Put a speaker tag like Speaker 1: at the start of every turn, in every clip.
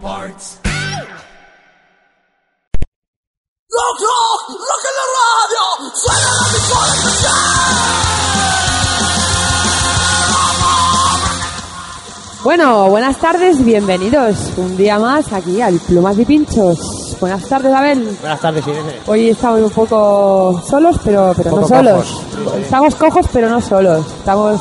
Speaker 1: Parts.
Speaker 2: ¡Loco! ¡Loco en la radio! ¡Suena la mejor
Speaker 3: Bueno, buenas tardes, bienvenidos un día más aquí al Plumas y Pinchos. Buenas tardes, Abel.
Speaker 4: Buenas tardes, Irene.
Speaker 3: Hoy estamos un poco solos, pero, pero no
Speaker 4: Poco
Speaker 3: solos.
Speaker 4: cojos, sí, sí.
Speaker 3: Estamos cojos, pero no solos. Estamos,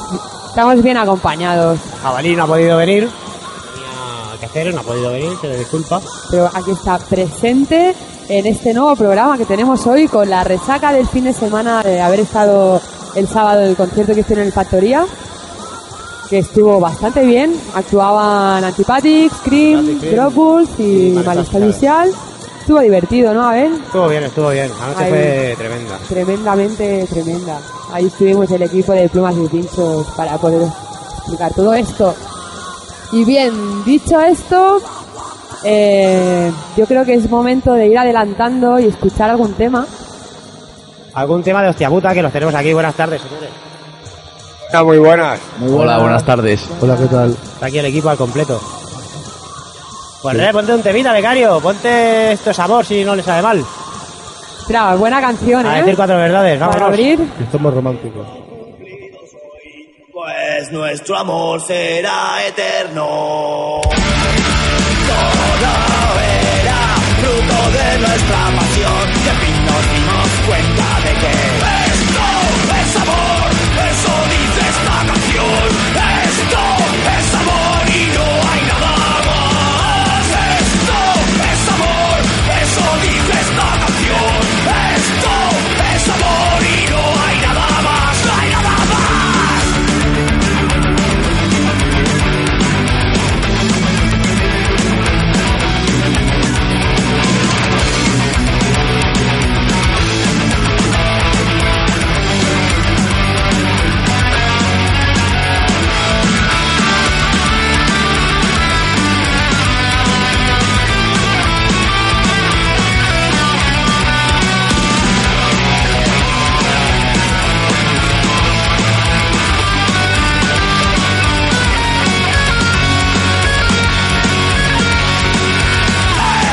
Speaker 3: estamos bien acompañados.
Speaker 4: Jabalí no ha podido venir. Tenía que hacer, no ha podido venir, se le disculpa.
Speaker 3: Pero aquí está presente en este nuevo programa que tenemos hoy con la resaca del fin de semana de haber estado el sábado del concierto que hicieron en el Factoría, que estuvo bastante bien. Actuaban Antipathic, Scream,
Speaker 4: Antipathic, Cream
Speaker 3: Dropus y
Speaker 4: y
Speaker 3: Malestar
Speaker 4: Malestar
Speaker 3: Visual. Estuvo divertido, ¿no? A ver,
Speaker 4: Estuvo bien, estuvo bien. La noche
Speaker 3: Ahí.
Speaker 4: fue tremenda.
Speaker 3: tremendamente tremenda. Ahí estuvimos el equipo de Plumas y Pinchos para poder explicar todo esto. Y bien, dicho esto, eh, yo creo que es momento de ir adelantando y escuchar algún tema.
Speaker 4: ¿Algún tema de hostiabuta que los tenemos aquí? Buenas tardes, señores. Está muy buenas.
Speaker 5: Hola, buenas tardes.
Speaker 6: Hola, ¿qué tal?
Speaker 4: Está aquí el equipo al completo. Pues Re, ponte un temita, becario. Ponte esto sabor si no le sabe mal.
Speaker 3: Espera, buena canción,
Speaker 4: A decir
Speaker 3: ¿eh?
Speaker 4: cuatro verdades,
Speaker 3: Para
Speaker 4: vámonos.
Speaker 3: abrir.
Speaker 6: Estamos románticos.
Speaker 2: Pues nuestro amor será eterno. Todo era fruto de nuestra pasión. Que al fin nos dimos cuenta de que esto es amor. Eso dice esta canción. Esto es amor y no hay nada más. Esto es amor. Eso dice esta canción. Esto es amor y no hay nada más. No hay nada más.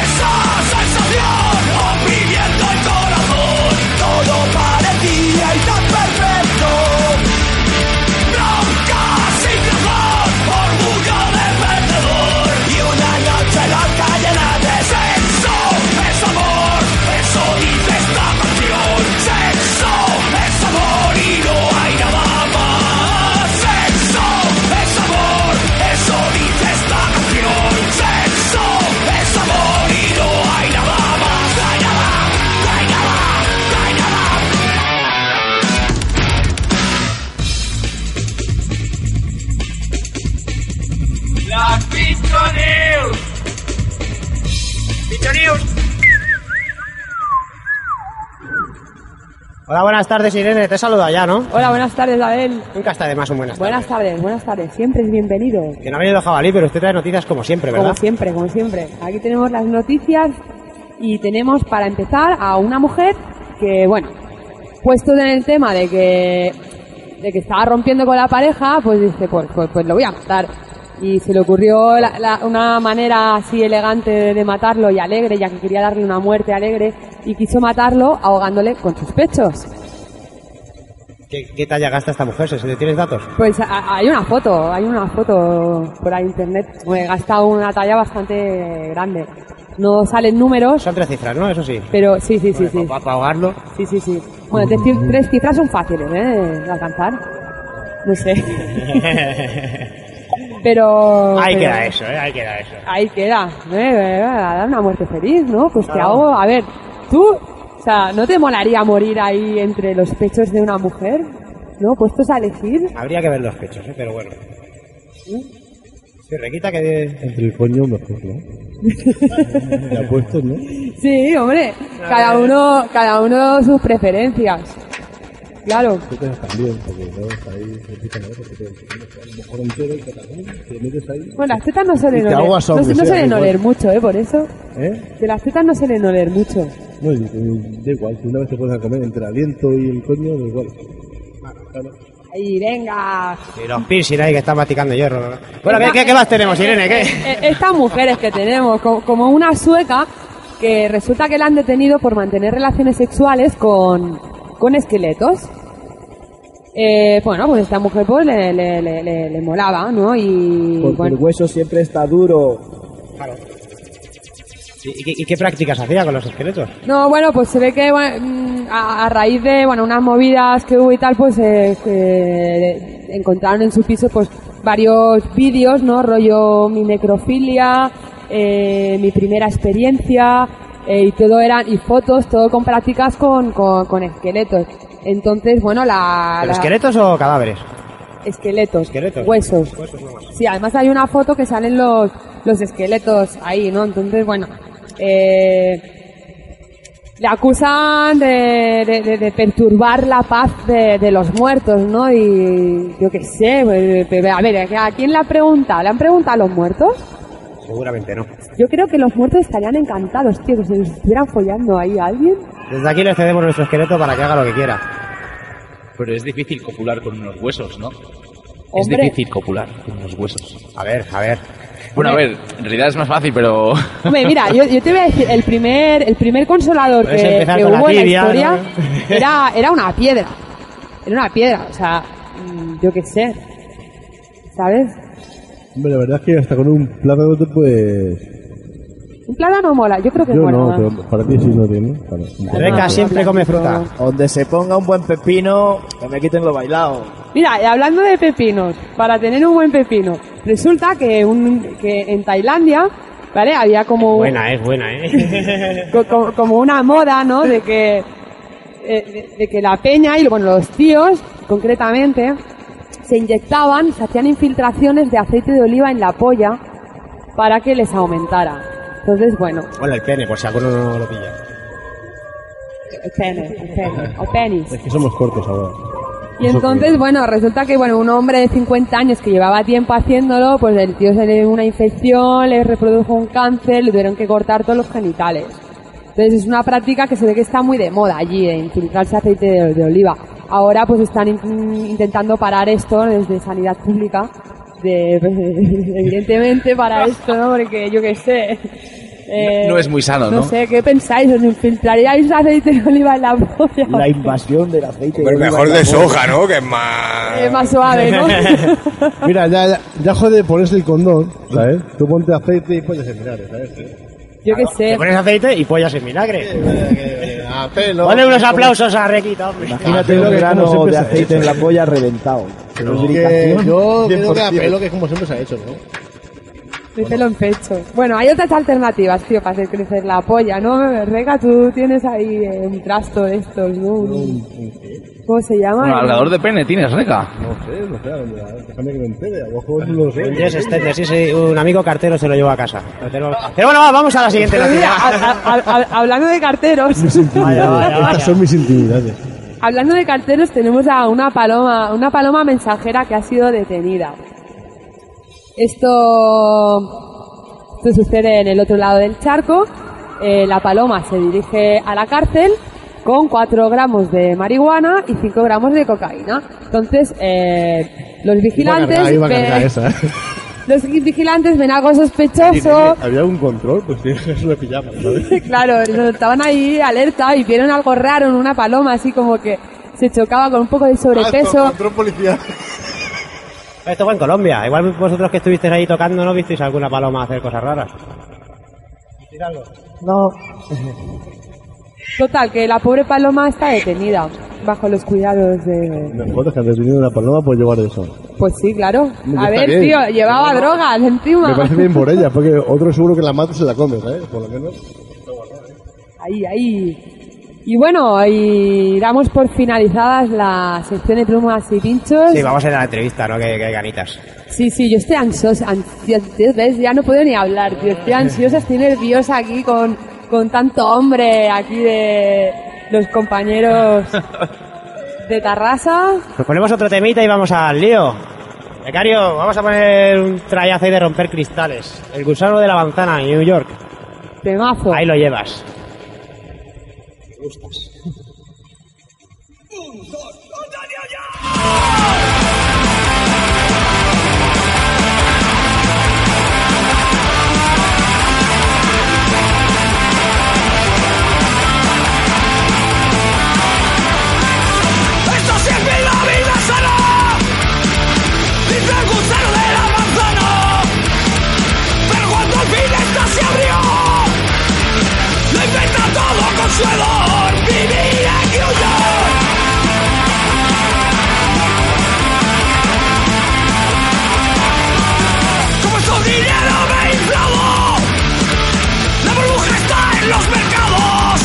Speaker 2: Esa sensación oprimiendo el corazón, todo parecía y tan perfecto. Broncas sin razón, orgullo de perdedor y una noche en la calle la de sexo es amor, eso dice esta canción. Sexo es amor y no hay nada más. Sexo es amor, eso dice esta canción. Sexo es amor y no hay nada más. No hay nada, no hay nada, no hay nada.
Speaker 1: La Pinto News. Pinto News.
Speaker 4: Hola, buenas tardes, Irene. Te saluda ya, ¿no?
Speaker 3: Hola, buenas tardes, Abel.
Speaker 4: Nunca está de más un buenas,
Speaker 3: Buenas
Speaker 4: tardes.
Speaker 3: tardes, buenas tardes. Siempre es bienvenido.
Speaker 4: Que no ha venido Jabalí, pero usted trae noticias como siempre, ¿verdad?
Speaker 3: Como siempre, como siempre. Aquí tenemos las noticias y tenemos para empezar a una mujer que, bueno, puesto en el tema de que, de que estaba rompiendo con la pareja, pues dice, pues, pues, pues lo voy a matar. Y se le ocurrió la- la- una manera así elegante de, de matarlo y alegre, ya que quería darle una muerte alegre, y quiso matarlo ahogándole con sus pechos.
Speaker 4: ¿Qué, qué talla gasta esta mujer? ¿Se- ¿Tienes datos?
Speaker 3: Pues a- hay una foto, hay una foto por ahí en internet. Me he gastado una talla bastante grande. No salen números,
Speaker 4: Son tres cifras, ¿no? Eso sí.
Speaker 3: pero sí, sí, sí, sí.
Speaker 4: Para ahogarlo.
Speaker 3: Sí, sí, sí. Bueno, tres, cif- tres cifras son fáciles, ¿eh? De alcanzar. No sé. pero...
Speaker 4: Ahí
Speaker 3: pero-
Speaker 4: queda eso, ¿eh? Ahí queda eso.
Speaker 3: Ahí queda. ¿eh? A dar una muerte feliz, ¿no? Pues te hago... A ver, tú... O sea, ¿no te molaría morir ahí entre los pechos de una mujer? ¿No? Puestos a elegir.
Speaker 4: Habría que ver los pechos, ¿eh? pero bueno. Sí, Requita que...
Speaker 5: Entre el coño mejor, ¿no? ¿Te apuestas, no?
Speaker 3: Sí, hombre. Cada uno, cada uno sus preferencias. Claro.
Speaker 5: Creo que también, porque no está ahí, se pica la boca, porque te- a lo mejor entero y catalán, te metes ahí.
Speaker 3: Bueno, las tetas no suelen
Speaker 5: Y te
Speaker 3: oler. No,
Speaker 5: ahogas, aunque
Speaker 3: se- no
Speaker 5: sea,
Speaker 3: suelen
Speaker 5: igual.
Speaker 3: oler mucho, ¿eh? Por eso.
Speaker 5: ¿Eh?
Speaker 3: Que las tetas no suelen oler mucho.
Speaker 5: No, y- y- da igual, si una vez te pones a comer entre el aliento y el coño, da igual.
Speaker 3: Ahí, venga.
Speaker 4: Y los piercing ahí que están masticando hierro. ¿no? Bueno, ¿qué, qué, qué más tenemos, Irene? ¿Qué?
Speaker 3: Eh, Estas mujeres que tenemos, co- como una sueca que resulta que la han detenido por mantener relaciones sexuales con, con esqueletos. Eh, bueno, pues esta mujer pues le, le, le, le- le molaba, ¿no? Y
Speaker 6: Porque el
Speaker 3: bueno,
Speaker 6: hueso siempre está duro.
Speaker 4: ¿Y, y qué- y qué prácticas hacía con los esqueletos?
Speaker 3: no, bueno, pues se ve que bueno, mm, a, a raíz de bueno unas movidas que hubo y tal, pues eh, eh, encontraron en su piso pues varios vídeos, ¿no? Rollo mi necrofilia, eh, mi primera experiencia eh, y todo eran y fotos, todo con prácticas con, con, con esqueletos. Entonces, bueno, la,
Speaker 4: ¿Pero
Speaker 3: la-
Speaker 4: esqueletos o cadáveres?
Speaker 3: esqueletos,
Speaker 4: Esqueletos.
Speaker 3: huesos.
Speaker 4: Huesos nomás.
Speaker 3: Sí, además hay una foto que salen los, los esqueletos ahí, ¿no? Entonces, bueno, eh, le acusan de, de- de- de perturbar la paz de, de los muertos, ¿no? Y yo qué sé, pues, pero a ver, ¿a quién le han preguntado? ¿Le han preguntado a los muertos?
Speaker 4: Seguramente no.
Speaker 3: Yo creo que los muertos estarían encantados, tío, que se los estuvieran follando ahí a alguien.
Speaker 4: Desde aquí le cedemos nuestro esqueleto para que haga lo que quiera.
Speaker 7: Pero es difícil copular con unos huesos, ¿no?
Speaker 3: Hombre.
Speaker 7: Es difícil copular con unos huesos.
Speaker 4: A ver, a ver.
Speaker 7: Bueno, a ver, en realidad es más fácil, pero...
Speaker 3: Hombre, mira, yo, yo te voy a decir, el primer, el primer consolador
Speaker 4: Puedes
Speaker 3: que,
Speaker 4: empezar
Speaker 3: que
Speaker 4: con la
Speaker 3: hubo en la
Speaker 4: tibia,
Speaker 3: historia
Speaker 4: ¿no?
Speaker 3: era, era una piedra. Era una piedra, o sea, mm, yo qué sé. ¿Sabes?
Speaker 5: Hombre, la verdad es que hasta con un plátano te puedes...
Speaker 3: Un plátano mola, yo creo que
Speaker 5: Yo
Speaker 3: mola.
Speaker 5: no,
Speaker 3: más.
Speaker 5: pero para ti sí no tiene. Para-
Speaker 4: Reca siempre come fruta.
Speaker 6: Donde se ponga un buen pepino, que me quiten lo bailado.
Speaker 3: Mira, y hablando de pepinos, para tener un buen pepino, resulta que, un, que en Tailandia, ¿vale? Había como un-
Speaker 4: Buena, es buena, ¿eh?
Speaker 3: co- co- como una moda, ¿no? De que, eh, de, de que la peña y bueno, los tíos, concretamente, se inyectaban, se hacían infiltraciones de aceite de oliva en la polla para que les aumentara. Entonces, bueno,
Speaker 4: bueno, el pene, por si alguno no lo pilla.
Speaker 3: el pene, el pene, Eh, o penis.
Speaker 5: Es que somos cortos ahora.
Speaker 3: Y entonces, bueno, resulta que bueno, un hombre de 50 años que llevaba tiempo haciéndolo, pues el tío se le dio una infección, le reprodujo un cáncer, le tuvieron que cortar todos los genitales. Entonces es una práctica que se ve que está muy de moda allí, de infiltrarse aceite de, de oliva. Ahora pues están in- intentando parar esto desde sanidad pública, de, evidentemente para esto, ¿no? Porque yo qué sé. eh,
Speaker 7: No- no es muy sano, ¿no?
Speaker 3: No sé, ¿qué pensáis? ¿Os infiltraríais aceite de oliva en la polla?
Speaker 6: La invasión del aceite.
Speaker 8: Pero
Speaker 6: de oliva
Speaker 8: mejor
Speaker 6: en la
Speaker 8: de
Speaker 6: boca.
Speaker 8: soja, ¿no? Que es más...
Speaker 3: Eh, más suave, ¿no?
Speaker 5: Mira, ya, ya, ya jode pones el condón, ¿sabes? Tú ponte aceite y puedes mirar, ¿sabes?
Speaker 3: Yo qué
Speaker 4: Te
Speaker 3: sé.
Speaker 4: pones aceite y pollas en vinagre.
Speaker 5: eh, A pelo.
Speaker 4: Ponle unos aplausos a Requita, hombre.
Speaker 6: Imagínate
Speaker 5: Creo
Speaker 6: un
Speaker 5: que Ah, como
Speaker 6: grano
Speaker 5: siempre
Speaker 6: de
Speaker 5: se hace
Speaker 6: aceite en la polla reventado. Lubricación,
Speaker 5: yo creo que a
Speaker 6: 100%.
Speaker 5: pelo que es como siempre se ha hecho, ¿no?
Speaker 3: De pelo en pecho. Bueno, hay otras alternativas, tío, para hacer crecer la polla, ¿no? Rega, tú tienes ahí eh, un trasto de estos, ¿no? Un- ¿Cómo se llama?
Speaker 7: Bueno, alargador de pene tienes, Reca.
Speaker 5: No sé, no sé, mira, déjame que me entere, a lo mejor no lo sé.
Speaker 4: Yes, Esther, sí, sí, un amigo cartero se lo llevó a casa. Lo tenemos- Pero bueno, va, vamos a la siguiente
Speaker 3: Pero mira,
Speaker 4: noticia. Ah,
Speaker 3: a- a- a- a- hablando de carteros,
Speaker 4: Vaya, vaya, vaya.
Speaker 5: Estas son mis intimidades.
Speaker 3: hablando de carteros, tenemos a una paloma, una paloma mensajera que ha sido detenida. Esto, esto sucede en el otro lado del charco. Eh, la paloma se dirige a la cárcel con 4 gramos de marihuana y 5 gramos de cocaína. Entonces, eh, los vigilantes...
Speaker 5: Iba a cargar, iba a
Speaker 3: ven-
Speaker 5: cargar esa. ¿eh?
Speaker 3: Los vigilantes ven algo sospechoso.
Speaker 5: Había un control, pues tienes que hacer una pijama, ¿sabes?
Speaker 3: Claro, estaban ahí alerta y vieron algo raro en una paloma, así como que se chocaba con un poco
Speaker 5: Ah,
Speaker 3: de sobrepeso.
Speaker 5: Control policial.
Speaker 4: Esto fue en Colombia. Igual vosotros que estuvisteis ahí tocando no visteis alguna paloma hacer cosas raras.
Speaker 6: No,
Speaker 3: Total, que la pobre paloma está detenida bajo los cuidados de...
Speaker 5: Me jodas que han detenido una paloma por llevar eso.
Speaker 3: Pues sí, claro.
Speaker 5: Hombre,
Speaker 3: A
Speaker 5: está
Speaker 3: ver,
Speaker 5: bien.
Speaker 3: tío, llevaba drogas
Speaker 5: Me
Speaker 3: encima.
Speaker 5: parece bien por ella, porque otro seguro que la mata se la come, ¿sabes? Por lo menos.
Speaker 3: Ahí, ahí. Y bueno, y damos por finalizadas la sección de plumas y pinchos.
Speaker 4: Sí, vamos a ir a la entrevista, ¿no? Que, que hay ganitas.
Speaker 3: Sí, sí, yo estoy ansiosa, ansiosa, tío, ¿ves? Ya no puedo ni hablar, tío. Estoy ansiosa, estoy nerviosa aquí con, con tanto hombre aquí de los compañeros de Tarrasa.
Speaker 4: Pues ponemos otro temita y vamos al lío. Becario, vamos a poner un trayazo ahí de romper cristales. El gusano de la manzana, New York.
Speaker 3: Temazo.
Speaker 4: Ahí lo llevas.
Speaker 2: Esto sí es vida, vida sana. Dice el gusano de la manzana. Pero cuando el fin esta se abrió, lo inventa todo con su hedor. Vivir en New York. Como su dinero me inflado, la burbuja está en los mercados.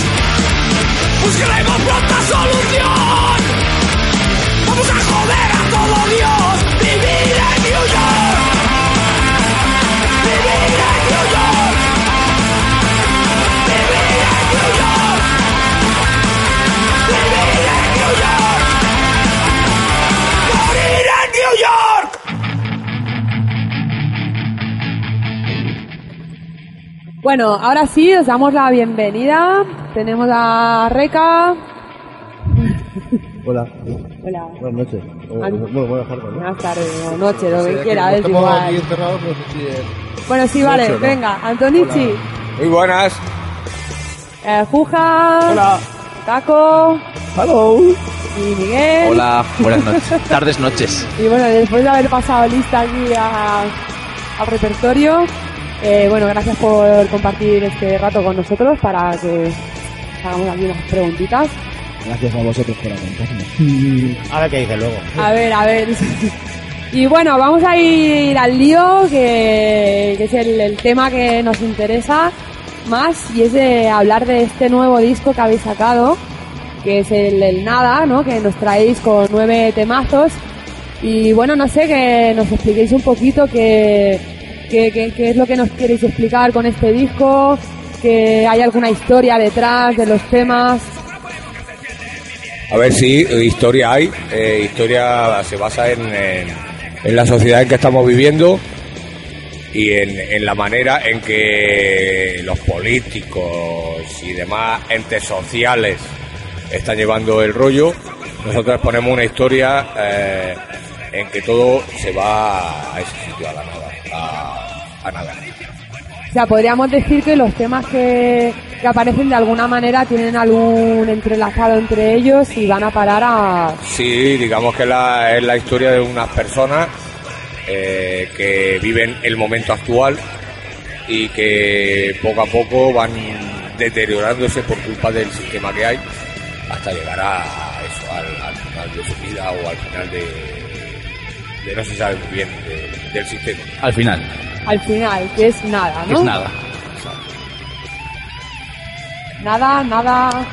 Speaker 2: Buscaremos pronta solución. Vamos a joder a todo Dios. Vivir en New York. Vivir en New York. Vivir en New York. Vivir en New York. Morir en New York.
Speaker 3: Bueno, ahora sí, os damos la bienvenida. Tenemos a Reca.
Speaker 5: Hola,
Speaker 3: Hola.
Speaker 5: buenas noches. O,
Speaker 3: Al-
Speaker 5: bueno, buenas tardes. ¿no?
Speaker 3: Buenas tardes, o noche, lo
Speaker 5: Sí,
Speaker 3: que
Speaker 5: que
Speaker 3: quiera,
Speaker 5: como
Speaker 3: es
Speaker 5: estamos aquí
Speaker 3: igual.
Speaker 5: encerrados, no sé si es...
Speaker 3: Bueno, sí, vale,
Speaker 5: Noche, ¿no?
Speaker 3: venga, Antonichi,
Speaker 8: Muy buenas.
Speaker 3: eh, Juja, Taco
Speaker 6: Hello.
Speaker 3: y Miguel.
Speaker 7: Hola, buenas noches. Tardes, noches.
Speaker 3: Y bueno, después de haber pasado lista aquí a- al repertorio, eh, bueno, gracias por compartir este rato con nosotros para que hagamos aquí unas preguntitas.
Speaker 6: Gracias a vosotros por aguantarme.
Speaker 4: A ver qué dice luego.
Speaker 3: A ver, a ver. Y bueno, vamos a ir al lío, que, que es el, el tema que nos interesa más, y es de hablar de este nuevo disco que habéis sacado, que es el, el Nada, ¿no? Que nos traéis con nueve temazos. Y bueno, no sé, que nos expliquéis un poquito qué qué- qué- qué es lo que nos queréis explicar con este disco, que hay alguna historia detrás de los temas.
Speaker 8: A ver si eh, historia hay. Eh, historia se basa en, en, en la sociedad en que estamos viviendo y en, en la manera en que los políticos y demás entes sociales están llevando el rollo. Nosotros ponemos una historia eh, en que todo se va a ese sitio, a la nada. A, a nada.
Speaker 3: O sea, podríamos decir que los temas que, que aparecen de alguna manera tienen algún entrelazado entre ellos y van a parar a...
Speaker 8: Sí, digamos que la- es la historia de unas personas eh, que viven el momento actual y que poco a poco van deteriorándose por culpa del sistema que hay hasta llegar a eso, al, al final de su vida o al final de, de no se sabe muy bien de- del sistema.
Speaker 7: Al final,
Speaker 3: al final, que es nada,
Speaker 7: que
Speaker 3: ¿no?
Speaker 7: es nada.
Speaker 3: Nada, nada.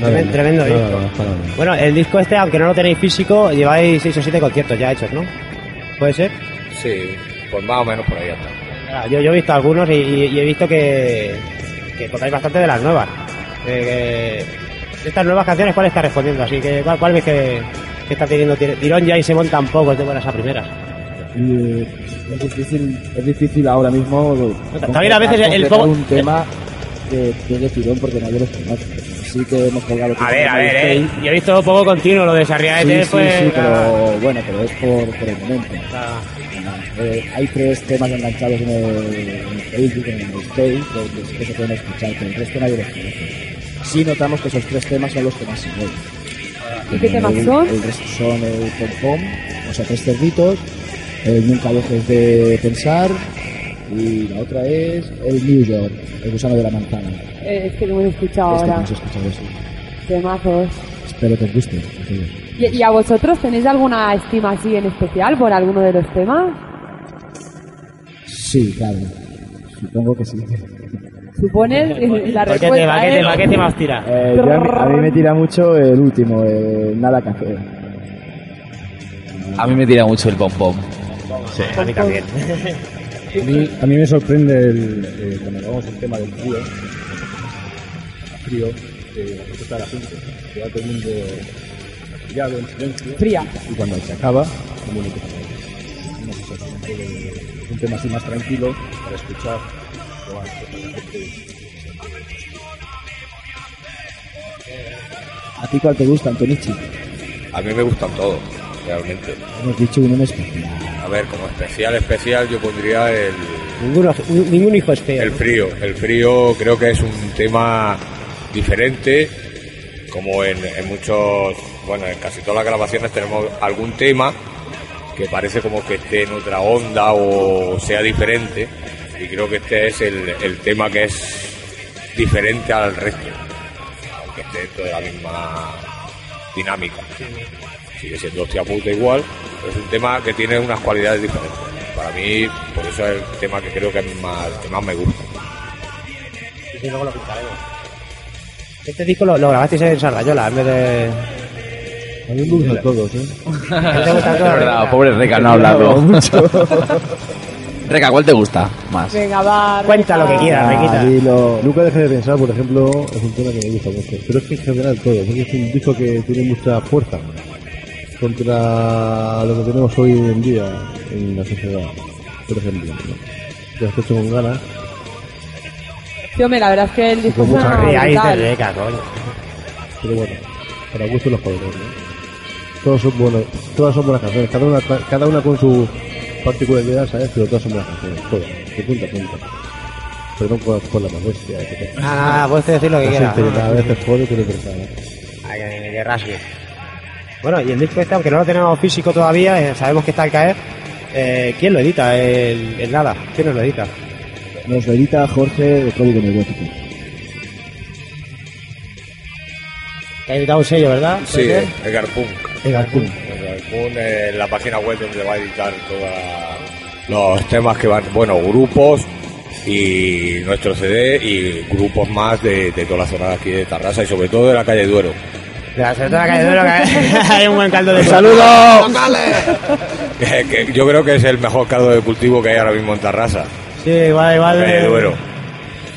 Speaker 4: Tremen- tremendo
Speaker 5: Nada,
Speaker 4: disco.
Speaker 5: nada, nada, nada.
Speaker 4: Bueno, el disco este, aunque no lo tenéis físico, lleváis 6 o 7 conciertos ya hechos, ¿no? ¿Puede ser?
Speaker 8: Sí, pues más o menos por ahí está.
Speaker 4: Claro, Yo, yo he visto algunos y, y- y he visto que, que tocáis bastante de las nuevas. Eh, que- de estas nuevas canciones, ¿cuál está respondiendo? Así que, ¿cuál, cuál ves que, que está teniendo tir- tirón ya y se montan pocos de buenas a primeras?
Speaker 6: Y, eh, es difícil, es difícil ahora mismo. concretar,
Speaker 4: también a veces el
Speaker 6: concretar
Speaker 4: poco-
Speaker 6: un tema que tiene tirón porque nadie los conoce. Sí que hemos colgado.
Speaker 4: A ver, a ver, eh. Yo he visto poco continuo lo de Sarriá este, pues,
Speaker 6: Sí,
Speaker 4: de
Speaker 6: sí, sí, pero bueno, pero es por, por el momento. Eh, hay tres temas enganchados en el, en Facebook, en el Space, que, que se pueden escuchar, pero el resto nadie los conoce. Sí notamos que esos tres temas son los que más se mueven.
Speaker 3: Ah. ¿Y qué
Speaker 6: El-
Speaker 3: temas son?
Speaker 6: El resto son el pom-pom, o sea, tres cerditos, el nunca dejes de pensar, y la otra es el New York, el gusano de la manzana.
Speaker 3: Eh, es que lo hemos escuchado
Speaker 6: Este que
Speaker 3: ahora.
Speaker 6: hemos escuchado sí.
Speaker 3: Temazos.
Speaker 6: Espero que os guste. entonces.
Speaker 3: ¿Y, y a vosotros tenéis alguna estima así en especial por alguno de los temas?
Speaker 6: Sí, claro. Supongo que sí.
Speaker 3: supones la
Speaker 4: ¿Por qué te,
Speaker 3: respuesta
Speaker 4: ¿Para qué te,
Speaker 3: es-
Speaker 4: para qué te más tira?
Speaker 6: Eh, yo a, mí, a mí me tira mucho el último, el nada que hacer.
Speaker 7: A mí me tira mucho el bombón.
Speaker 4: Sí, a mí también.
Speaker 5: A mí, a mí me sorprende el, eh, cuando hablamos el tema del frío, frío, eh, la respuesta de la gente, que va todo el mundo pillado en silencio.
Speaker 3: Fría.
Speaker 5: Y cuando se acaba, como lo que pasa. No sé, es un poco de- un tema así más tranquilo para escuchar. lo más que la gente-
Speaker 6: ¿A ti cuál te gusta, Antonichi?
Speaker 8: A mí me gustan todos, realmente.
Speaker 6: Hemos dicho uno en especial.
Speaker 8: A ver, como especial, especial, yo pondría el,
Speaker 4: Ninguno, ni- ningún hijo es feo.
Speaker 8: el
Speaker 4: ¿no?
Speaker 8: frío. El frío creo que es un tema diferente, como en, en muchos, bueno, en casi todas las grabaciones tenemos algún tema que parece como que esté en otra onda o sea diferente. Y creo que este es el, el tema que es diferente al resto, aunque esté dentro de la misma dinámica. Sigue siendo hostia puta igual, pero es un tema que tiene unas cualidades diferentes. Para mí, por eso es el tema que creo que es más, que más me gusta.
Speaker 4: Sí, sí, luego lo pintaremos. Este disco lo, lo grabasteis en Sardañola en vez de...
Speaker 5: A mí me gustan todos, ¿eh?
Speaker 4: ¿No te gusta
Speaker 7: Es
Speaker 4: todo?
Speaker 7: verdad, pobre Reca, no ha hablado mucho. Reca, ¿cuál te gusta más?
Speaker 3: Venga, va.
Speaker 4: Cuenta lo que
Speaker 3: venga.
Speaker 4: quieras,
Speaker 5: Ah,
Speaker 4: Requita.
Speaker 5: y lo- Nunca dejé de pensar, por ejemplo, es un tema que me gusta mucho. Pero es que en general todo, porque es un disco que tiene mucha fuerza contra lo que tenemos hoy en día en la sociedad, por ejemplo. ¿no? Ya está hecho con ganas.
Speaker 3: Sí, hombre, la verdad es que el disco
Speaker 5: Con mucha
Speaker 3: suena
Speaker 4: Ríais de
Speaker 3: brutal.
Speaker 4: Reca, coño.
Speaker 5: pero bueno, para gusto los colores, ¿no? Todos son buenos, todas son buenas canciones, cada una, cada una con su particularidad, ¿sabes? Pero todas son buenas canciones, todas, de punta a punta. Perdón por, por la molestia, que
Speaker 4: Nada, nada, puedes decir lo Ah, que
Speaker 5: la
Speaker 4: quieras.
Speaker 5: gente que cada vez te ¿eh? jode que le pensaba.
Speaker 4: Ay, ay, ay, que rasgue. Bueno, y el disco este, aunque no lo tenemos físico todavía, eh, sabemos que está al caer. Eh, ¿Quién lo edita? El, el nada. ¿Quién nos lo edita?
Speaker 6: Nos lo edita Jorge de Código Neurótico.
Speaker 4: Que ha editado un sello, ¿verdad?
Speaker 8: Sí,
Speaker 4: ¿Puede ser?
Speaker 8: Edgar Punk.
Speaker 5: El Garcún.
Speaker 8: Edgar Punk es la página web donde va a editar todos los temas que van, bueno, grupos y nuestro CD y grupos más de, de toda la zona de aquí de Tarrasa y sobre todo de la calle Duero.
Speaker 4: De la Serta de la calle Duero, que hay un buen caldo de
Speaker 8: ¡Saludos! Que- que yo creo que es el mejor caldo de cultivo que hay ahora mismo en Tarrasa,
Speaker 4: Sí, igual, igual.
Speaker 8: calle
Speaker 4: eh,
Speaker 8: Duero.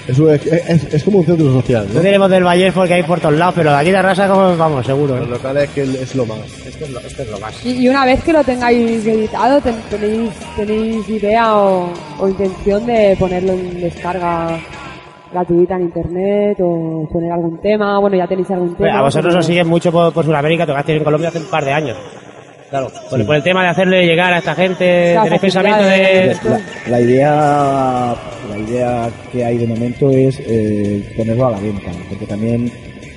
Speaker 5: Es, un- es, es- es como un centro social,
Speaker 4: No
Speaker 5: ¿no?
Speaker 4: tenemos del Valle porque hay por todos lados, pero de aquí de Rasa, como vamos, seguro.
Speaker 5: Los
Speaker 4: ¿eh?
Speaker 5: locales que es lo más.
Speaker 3: Y, y una vez que lo tengáis editado, ten- tenéis, tenéis idea o, o intención de ponerlo en descarga gratuita en internet o poner algún tema. Bueno, ya tenéis algún tema.
Speaker 4: A vosotros
Speaker 3: pero-
Speaker 4: os siguen mucho por, por Sudamérica, tocasteis en Colombia hace un par de años. Claro, por, por el tema de hacerle llegar a esta gente,
Speaker 3: Las
Speaker 4: tenéis pensamiento de...
Speaker 3: facilidades.
Speaker 6: La, la idea la idea que hay de momento es eh, ponerlo a la venta porque también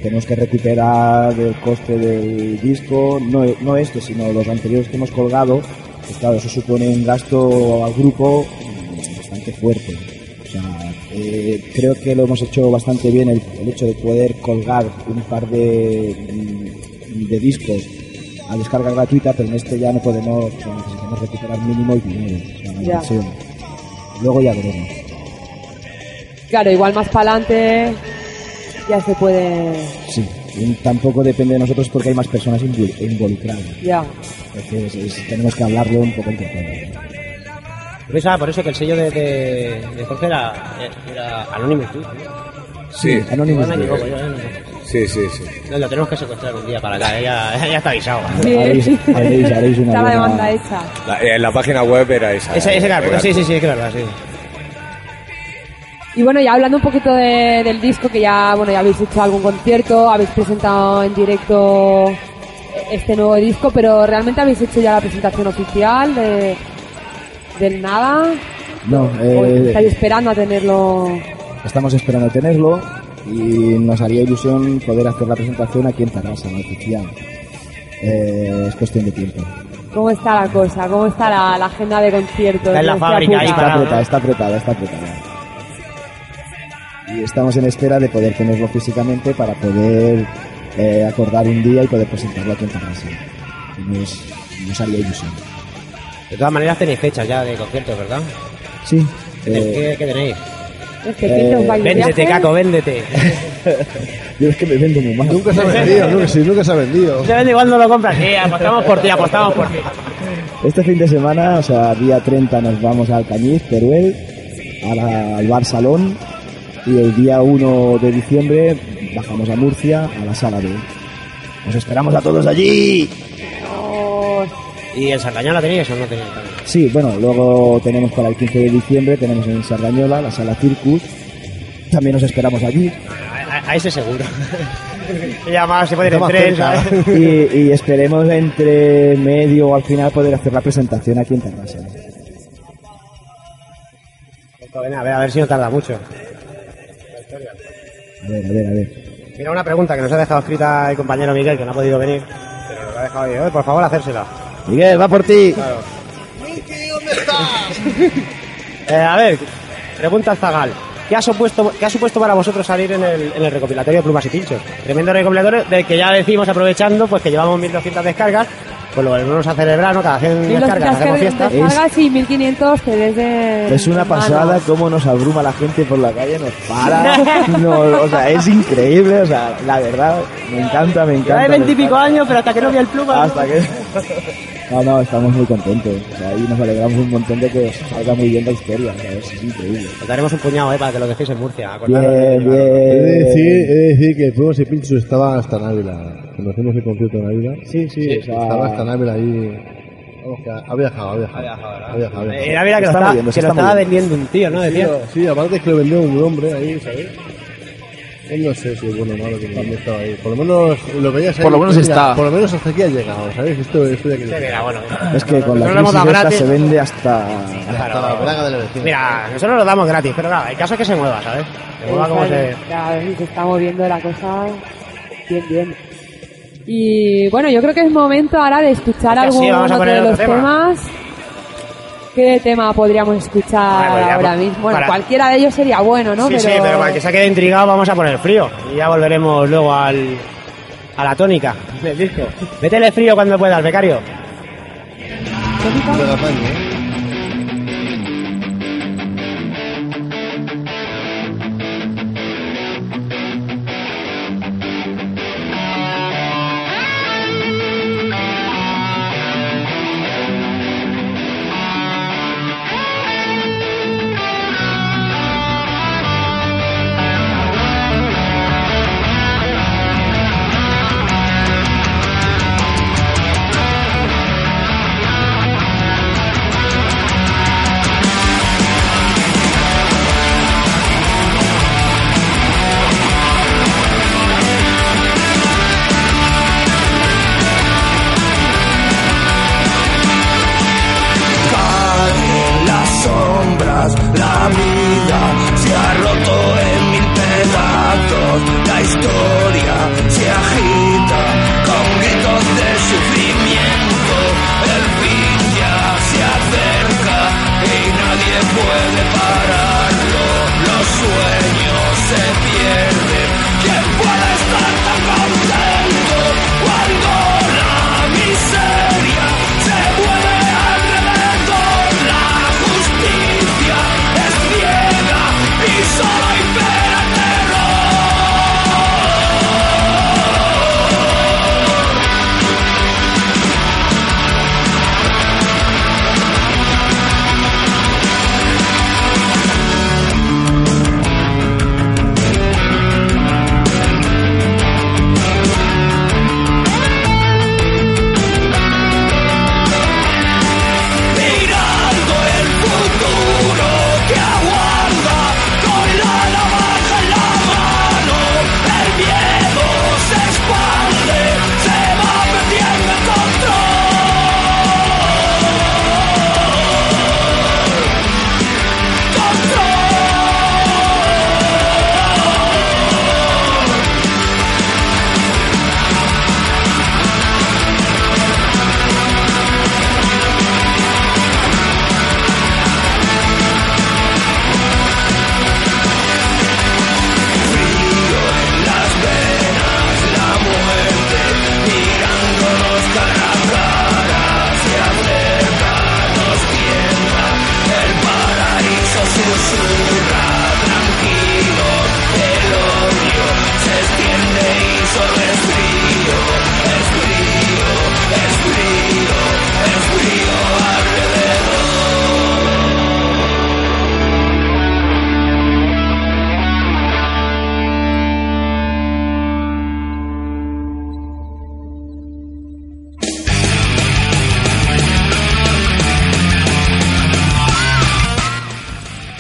Speaker 6: tenemos que recuperar el coste del disco no, no este sino los anteriores que hemos colgado pues claro eso supone un gasto al grupo mm, bastante fuerte o sea, eh, creo que lo hemos hecho bastante bien el, el hecho de poder colgar un par de, mm, de discos a descarga gratuita, pero en este ya no podemos, o sea, necesitamos recuperar mínimo el dinero, o sea, la
Speaker 3: Ya.
Speaker 6: inversión. Luego ya veremos.
Speaker 3: Claro, igual más para adelante ya se puede.
Speaker 6: Sí, y tampoco depende de nosotros porque hay más personas invol- involucradas.
Speaker 3: Ya.
Speaker 6: Entonces es- tenemos que hablarlo un poco entre todos.
Speaker 4: Por eso, ah, por eso que el sello de, de, de Jorge era, era Anonymous. ¿no?
Speaker 8: Sí,
Speaker 6: Anónimos.
Speaker 4: Igual
Speaker 6: de-
Speaker 4: me equivoco,
Speaker 8: sí, sí, sí.
Speaker 4: yo- no, lo tenemos que secuestrar un día para acá, ya, ya está avisado.
Speaker 6: Haréis-
Speaker 3: Sí.
Speaker 6: haréis- haréis una
Speaker 3: Está la
Speaker 6: buena-
Speaker 3: demanda hecha.
Speaker 8: La, eh, la página web era esa. eh.
Speaker 4: Ese, ese
Speaker 8: Edgar
Speaker 4: cargo, sí,
Speaker 8: Punk.
Speaker 4: sí, sí, claro, sí.
Speaker 3: Y bueno, ya hablando un poquito de- del disco, que ya, bueno, ya habéis hecho algún concierto, habéis presentado en directo este nuevo disco, pero realmente habéis hecho ya la presentación oficial de, del nada.
Speaker 6: No,
Speaker 3: ¿O
Speaker 6: eh,
Speaker 3: estáis esperando a tenerlo?
Speaker 6: Estamos esperando tenerlo y nos haría ilusión poder hacer la presentación aquí en Tarrasa, en oficial. Eh, es cuestión de tiempo.
Speaker 3: ¿Cómo está la cosa? ¿Cómo está la, la agenda de conciertos? este
Speaker 4: Está en la
Speaker 3: Hostia
Speaker 4: fábrica ahí
Speaker 3: puta.
Speaker 4: para-
Speaker 6: Está apretada, está apretada, está apretada. Y estamos en espera de poder tenerlo físicamente para poder eh, acordar un día y poder presentarlo aquí en Tarrasa. Y Nos, nos haría ilusión.
Speaker 4: De todas maneras tenéis fechas ya de conciertos, ¿verdad?
Speaker 6: Sí.
Speaker 4: ¿Qué,
Speaker 6: eh,
Speaker 4: qué- qué tenéis?
Speaker 3: Es que Kid nos Este va a ir de
Speaker 4: Véndete,
Speaker 3: viaje.
Speaker 4: Caco, véndete.
Speaker 6: Yo es que me vendo muy mal.
Speaker 5: Nunca se ha vendido, nunca, sí, nunca se ha vendido.
Speaker 4: Se vende igual no lo compras. Sí, apostamos por ti, apostamos por ti.
Speaker 6: Este fin de semana, o sea, día 30 nos vamos al Cañiz, Teruel, a la- al Bar Salón y el día 1 de diciembre bajamos a Murcia, a la Sala B. ¡Os esperamos a todos allí!
Speaker 4: ¿Y en Sardañón la tenéis o no tenéis?
Speaker 6: Sí, bueno, luego tenemos para el 15 de diciembre, tenemos en Sardañola, la Sala Circus. También os esperamos allí.
Speaker 4: A, a- a ese seguro. ya más, se puede ir
Speaker 5: Está
Speaker 4: en
Speaker 5: más
Speaker 4: tren,
Speaker 5: cerca.
Speaker 4: ¿sabes?
Speaker 6: Y, y esperemos entre medio o al final poder hacer la presentación aquí en Terrassa.
Speaker 4: Ven, A ver, a ver si no tarda mucho.
Speaker 6: A ver, a ver, a ver.
Speaker 4: Mira, una pregunta que nos ha dejado escrita el compañero Miguel, que no ha podido venir, pero nos la ha dejado ahí. Oye, por favor, hacérsela.
Speaker 6: Miguel, va por ti.
Speaker 4: Eh, a ver, pregunta Zagal. ¿Qué ha, supuesto, ¿Qué ha supuesto para vosotros salir en el, en el recopilatorio de plumas y pinchos? Tremendo recopilatorio del que ya decimos, aprovechando, pues que llevamos 1.200 descargas, pues lo volvemos a celebrar, ¿no? Cada 100
Speaker 3: Mil
Speaker 4: descargas
Speaker 3: doscientas
Speaker 4: hacemos
Speaker 3: que-
Speaker 4: fiesta.
Speaker 3: descargas y 1500 que desde.
Speaker 6: Es una pasada cómo nos abruma la gente por la calle, nos para, nos- o sea, es increíble, o sea, la verdad, me encanta, me encanta.
Speaker 4: Hay
Speaker 6: me
Speaker 4: 20 y pico
Speaker 6: encanta.
Speaker 4: años, pero hasta que no vi el pluma...
Speaker 6: Hasta que... No, no, estamos muy contentos, o sea, y nos alegramos un montón de que os salga muy bien la historia, o sea, es increíble.
Speaker 4: Os daremos un puñado, ¿eh? Para que lo dejéis en Murcia.
Speaker 6: Bien,
Speaker 4: acordaros de
Speaker 6: bien.
Speaker 4: llevarlo.
Speaker 5: He de decir,
Speaker 6: eh,
Speaker 5: he de decir que Fuegos y Pinchos estaba hasta Návila. Cuando hacemos el concierto en Ávila.
Speaker 6: Sí, sí, o sea,
Speaker 5: Estaba hasta Návila ahí. Vamos, que ha, ha viajado, ha viajado. Ha viajado, ha viajado.
Speaker 4: Era, mira, que lo
Speaker 6: Está
Speaker 4: estaba,
Speaker 6: muy bien, nos
Speaker 4: que lo
Speaker 6: está muy
Speaker 4: estaba
Speaker 6: bien.
Speaker 4: vendiendo un tío, Eh, ¿no?
Speaker 5: Sí,
Speaker 4: Decía.
Speaker 5: no, sí, aparte es que lo vendió un hombre ahí, ¿sabes? Él no sé si es bueno o malo que también estaba ahí. Por lo menos lo veías ahí.
Speaker 7: Por lo menos
Speaker 5: Mira,
Speaker 7: está.
Speaker 5: Por lo menos hasta aquí ha llegado, ¿sabes? Esto, esto ya que
Speaker 4: Mira, bueno.
Speaker 6: Es que con la
Speaker 4: Nosotros lo hemos
Speaker 6: crisis
Speaker 4: dado
Speaker 6: esta
Speaker 4: gratis.
Speaker 6: se vende hasta...
Speaker 5: Hasta la braga de la vecina.
Speaker 4: Mira, nosotros lo damos gratis, pero claro, el caso es que se mueva, ¿sabes? Se mueva como se...
Speaker 3: Ya, se está moviendo la cosa bien, bien. Y bueno, yo creo que es momento ahora de escuchar
Speaker 4: Hostia,
Speaker 3: algún
Speaker 4: sí, vamos a
Speaker 3: otro
Speaker 4: poner
Speaker 3: de
Speaker 4: otro
Speaker 3: los
Speaker 4: tema.
Speaker 3: temas. ¿Qué tema podríamos escuchar
Speaker 4: Ah, pues ya,
Speaker 3: ahora
Speaker 4: pues,
Speaker 3: mismo? Bueno,
Speaker 4: para-
Speaker 3: cualquiera de ellos sería bueno, ¿no?
Speaker 4: sí, sí, pero para que se quede intrigado vamos a poner frío. Y ya volveremos luego al, a la tónica del disco. Métele frío cuando puedas, becario.
Speaker 5: Pero la paña, ¿eh?
Speaker 2: Thank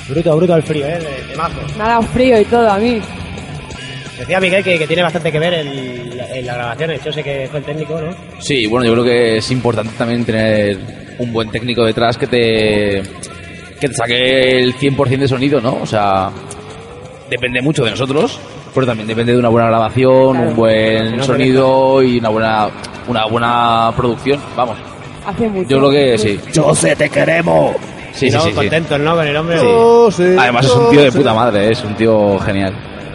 Speaker 4: Bruto, bruto el frío, ¿eh? De, de mazo.
Speaker 3: Me ha dado frío y todo a mí.
Speaker 4: Decía Miguel que, que tiene bastante que ver en, la- en las grabaciones. Yo sé que fue el técnico, ¿no?
Speaker 7: Sí, bueno, yo creo que es importante también tener un buen técnico detrás que te, que te saque el 100% de sonido, ¿no? O sea, depende mucho de nosotros, pero también depende de una buena grabación,
Speaker 3: Claro.
Speaker 7: un
Speaker 4: Que
Speaker 7: buen
Speaker 4: no se
Speaker 7: sonido y una buena, una buena producción. Vamos,
Speaker 3: Hace mucho.
Speaker 7: yo creo que sí.
Speaker 6: ¡Jose, te queremos!
Speaker 7: Sí,
Speaker 4: Y
Speaker 7: sí,
Speaker 4: no,
Speaker 7: sí, sí.
Speaker 4: contentos, ¿no? Con el hombre.
Speaker 5: No sé,
Speaker 7: Además es
Speaker 5: no
Speaker 7: un tío de
Speaker 5: sé.
Speaker 7: puta madre, ¿eh? es un tío genial.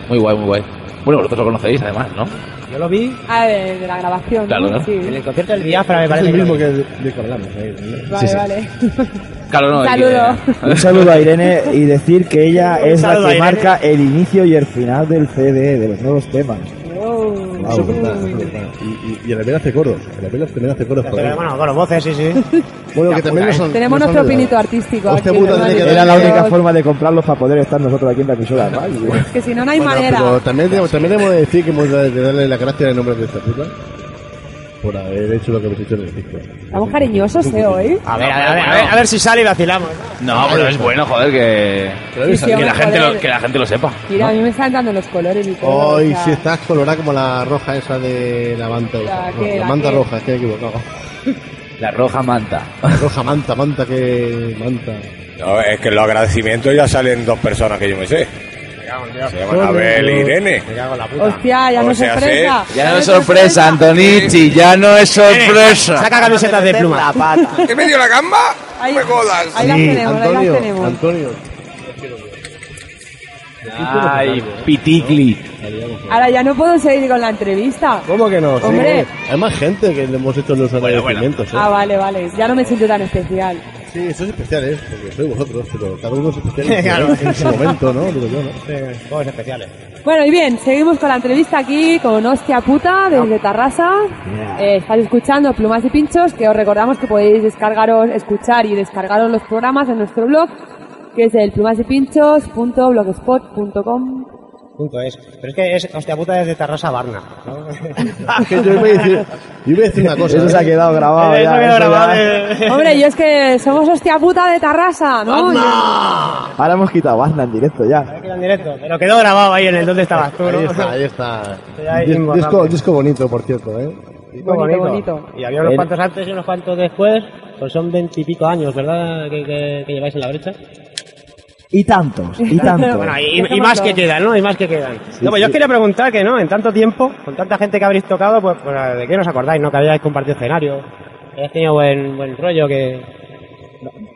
Speaker 7: Muy guay, muy guay. Bueno, vosotros lo conocéis además, ¿no?
Speaker 4: Yo lo vi
Speaker 3: Ah, de, de la grabación.
Speaker 7: Claro, ¿no?
Speaker 3: Sí.
Speaker 4: en el concierto del Biafra, me
Speaker 5: Es
Speaker 4: parece.
Speaker 5: el
Speaker 4: que lo
Speaker 5: mismo
Speaker 4: vi.
Speaker 5: que de, de que hablamos. ahí, ¿no?
Speaker 3: Vale, vale.
Speaker 7: Claro, no. es que-
Speaker 3: Saludo.
Speaker 6: Un saludo a Irene y decir que ella
Speaker 4: Un
Speaker 6: es la
Speaker 4: saludo a
Speaker 6: que
Speaker 4: Irene.
Speaker 6: marca el inicio y el final del CD, de los nuevos temas.
Speaker 3: Oh.
Speaker 5: Vamos, verdad, verdad. Y, y, y en la pena hace coros. En la pena también hace coros. con él.
Speaker 4: Pero, Bueno, con los voces, sí, sí.
Speaker 5: Bueno, que también nos han-
Speaker 3: Tenemos
Speaker 5: nos han
Speaker 3: nuestro
Speaker 5: ayudado.
Speaker 3: pinito artístico.
Speaker 5: Hostia
Speaker 3: aquí,
Speaker 5: puta,
Speaker 3: ¿verdad?
Speaker 5: este tiene que
Speaker 6: Era la
Speaker 3: Dios,
Speaker 6: única forma de comprarlos para poder estar nosotros aquí en la emisora. ¿vale?
Speaker 3: Que si no, no hay
Speaker 5: Bueno,
Speaker 3: manera.
Speaker 5: Pero también, debo- también hemos de decir que hemos de de darle las gracias en nombre de esta puta por haber hecho lo que hemos hecho en el disco.
Speaker 3: Estamos cariñosos, eh, hoy.
Speaker 4: A ver, a ver, a ver, a ver, a ver si sale y vacilamos. ¿no?
Speaker 7: No, pero es Ah, bueno, joder, que,
Speaker 3: Sí, sí,
Speaker 7: que,
Speaker 3: hombre,
Speaker 7: la, gente
Speaker 3: joder.
Speaker 7: lo, que la gente lo sepa.
Speaker 3: Mira, a mí me están dando los colores y todo.
Speaker 5: Hoy
Speaker 3: o sea,
Speaker 5: sí estás colorada como la roja esa de la manta.
Speaker 3: La
Speaker 5: no,
Speaker 3: que-
Speaker 5: la
Speaker 3: la
Speaker 5: manta
Speaker 3: que-
Speaker 5: roja, estoy equivocado.
Speaker 7: La roja manta.
Speaker 5: La roja manta, manta que... manta.
Speaker 8: No, es que en los agradecimientos ya salen dos personas que yo me sé. Se llaman Abel e Irene.
Speaker 5: Me cago en la puta.
Speaker 3: Hostia, ya
Speaker 8: O
Speaker 3: no es
Speaker 8: sea,
Speaker 3: sorpresa.
Speaker 7: Ya no es sorpresa, Antonichi, ya no es sorpresa.
Speaker 4: Saca camisetas de pluma.
Speaker 8: ¿Te me dio la gamba?
Speaker 3: Ahí,
Speaker 8: me jodas.
Speaker 3: ahí las tenemos, ahí las
Speaker 5: Antonio,
Speaker 3: tenemos.
Speaker 5: Antonio.
Speaker 7: Ay, piticli.
Speaker 3: Ahora ya no puedo seguir con la entrevista.
Speaker 5: ¿Cómo que no? Sí,
Speaker 3: Hombre.
Speaker 5: Hay más gente que le hemos hecho los agradecimientos.
Speaker 3: Ah,
Speaker 5: ¿eh?
Speaker 3: vale, vale. Ya no me siento tan especial.
Speaker 5: Sí, eso es especial, ¿eh? Porque soy vosotros, pero cada uno es especial en su-
Speaker 4: Claro.
Speaker 5: en su momento, ¿no? Digo yo, ¿no?
Speaker 4: Eh, Juegos especiales.
Speaker 3: Bueno, y bien, seguimos con la entrevista aquí con Hostia Puta desde Tarrasa. Eh, estáis escuchando Plumas y Pinchos, que os recordamos que podéis descargaros, escuchar y descargaros los programas en nuestro blog, que es el plumasypinchos.blogspot.com.
Speaker 4: Punto es. Pero es que es, hostia puta, es de Tarrasa a Barna. ¿no?
Speaker 5: Es que yo iba a decir, yo iba a decir una cosa.
Speaker 6: Eso se ha
Speaker 5: ¿eh?
Speaker 6: quedado grabado.
Speaker 4: Eso
Speaker 6: Oh, ya,
Speaker 4: quedó
Speaker 6: eso
Speaker 4: grabado eh.
Speaker 6: ya.
Speaker 4: de-
Speaker 3: Hombre, yo es que somos Hostia Puta de Tarrasa, ¿no?
Speaker 6: Ahora hemos quitado Barna en directo ya.
Speaker 4: Queda en directo. Pero quedó grabado ahí en el donde estabas tú,
Speaker 5: Ahí
Speaker 4: ¿no?
Speaker 5: está, ahí está.
Speaker 4: Ya hay
Speaker 5: Dis-
Speaker 4: un
Speaker 5: disco,
Speaker 4: borrable.
Speaker 5: disco bonito, por cierto, ¿eh?
Speaker 3: Bonito, bonito.
Speaker 4: Y había unos
Speaker 6: El-
Speaker 4: cuantos antes y unos cuantos después. Pues son veintipico años, ¿verdad? Que, que- que lleváis en la brecha.
Speaker 6: Y tantos, y tantos.
Speaker 4: Bueno, y,
Speaker 3: Dejémoslo.
Speaker 4: y más que quedan, ¿no? Y más que quedan. No, pues yo os quería preguntar que, ¿no? En tanto tiempo, con tanta gente que habréis tocado, pues, pues, ¿de qué nos acordáis, no? Que habíais compartido escenario, que habéis tenido buen, buen rollo, que...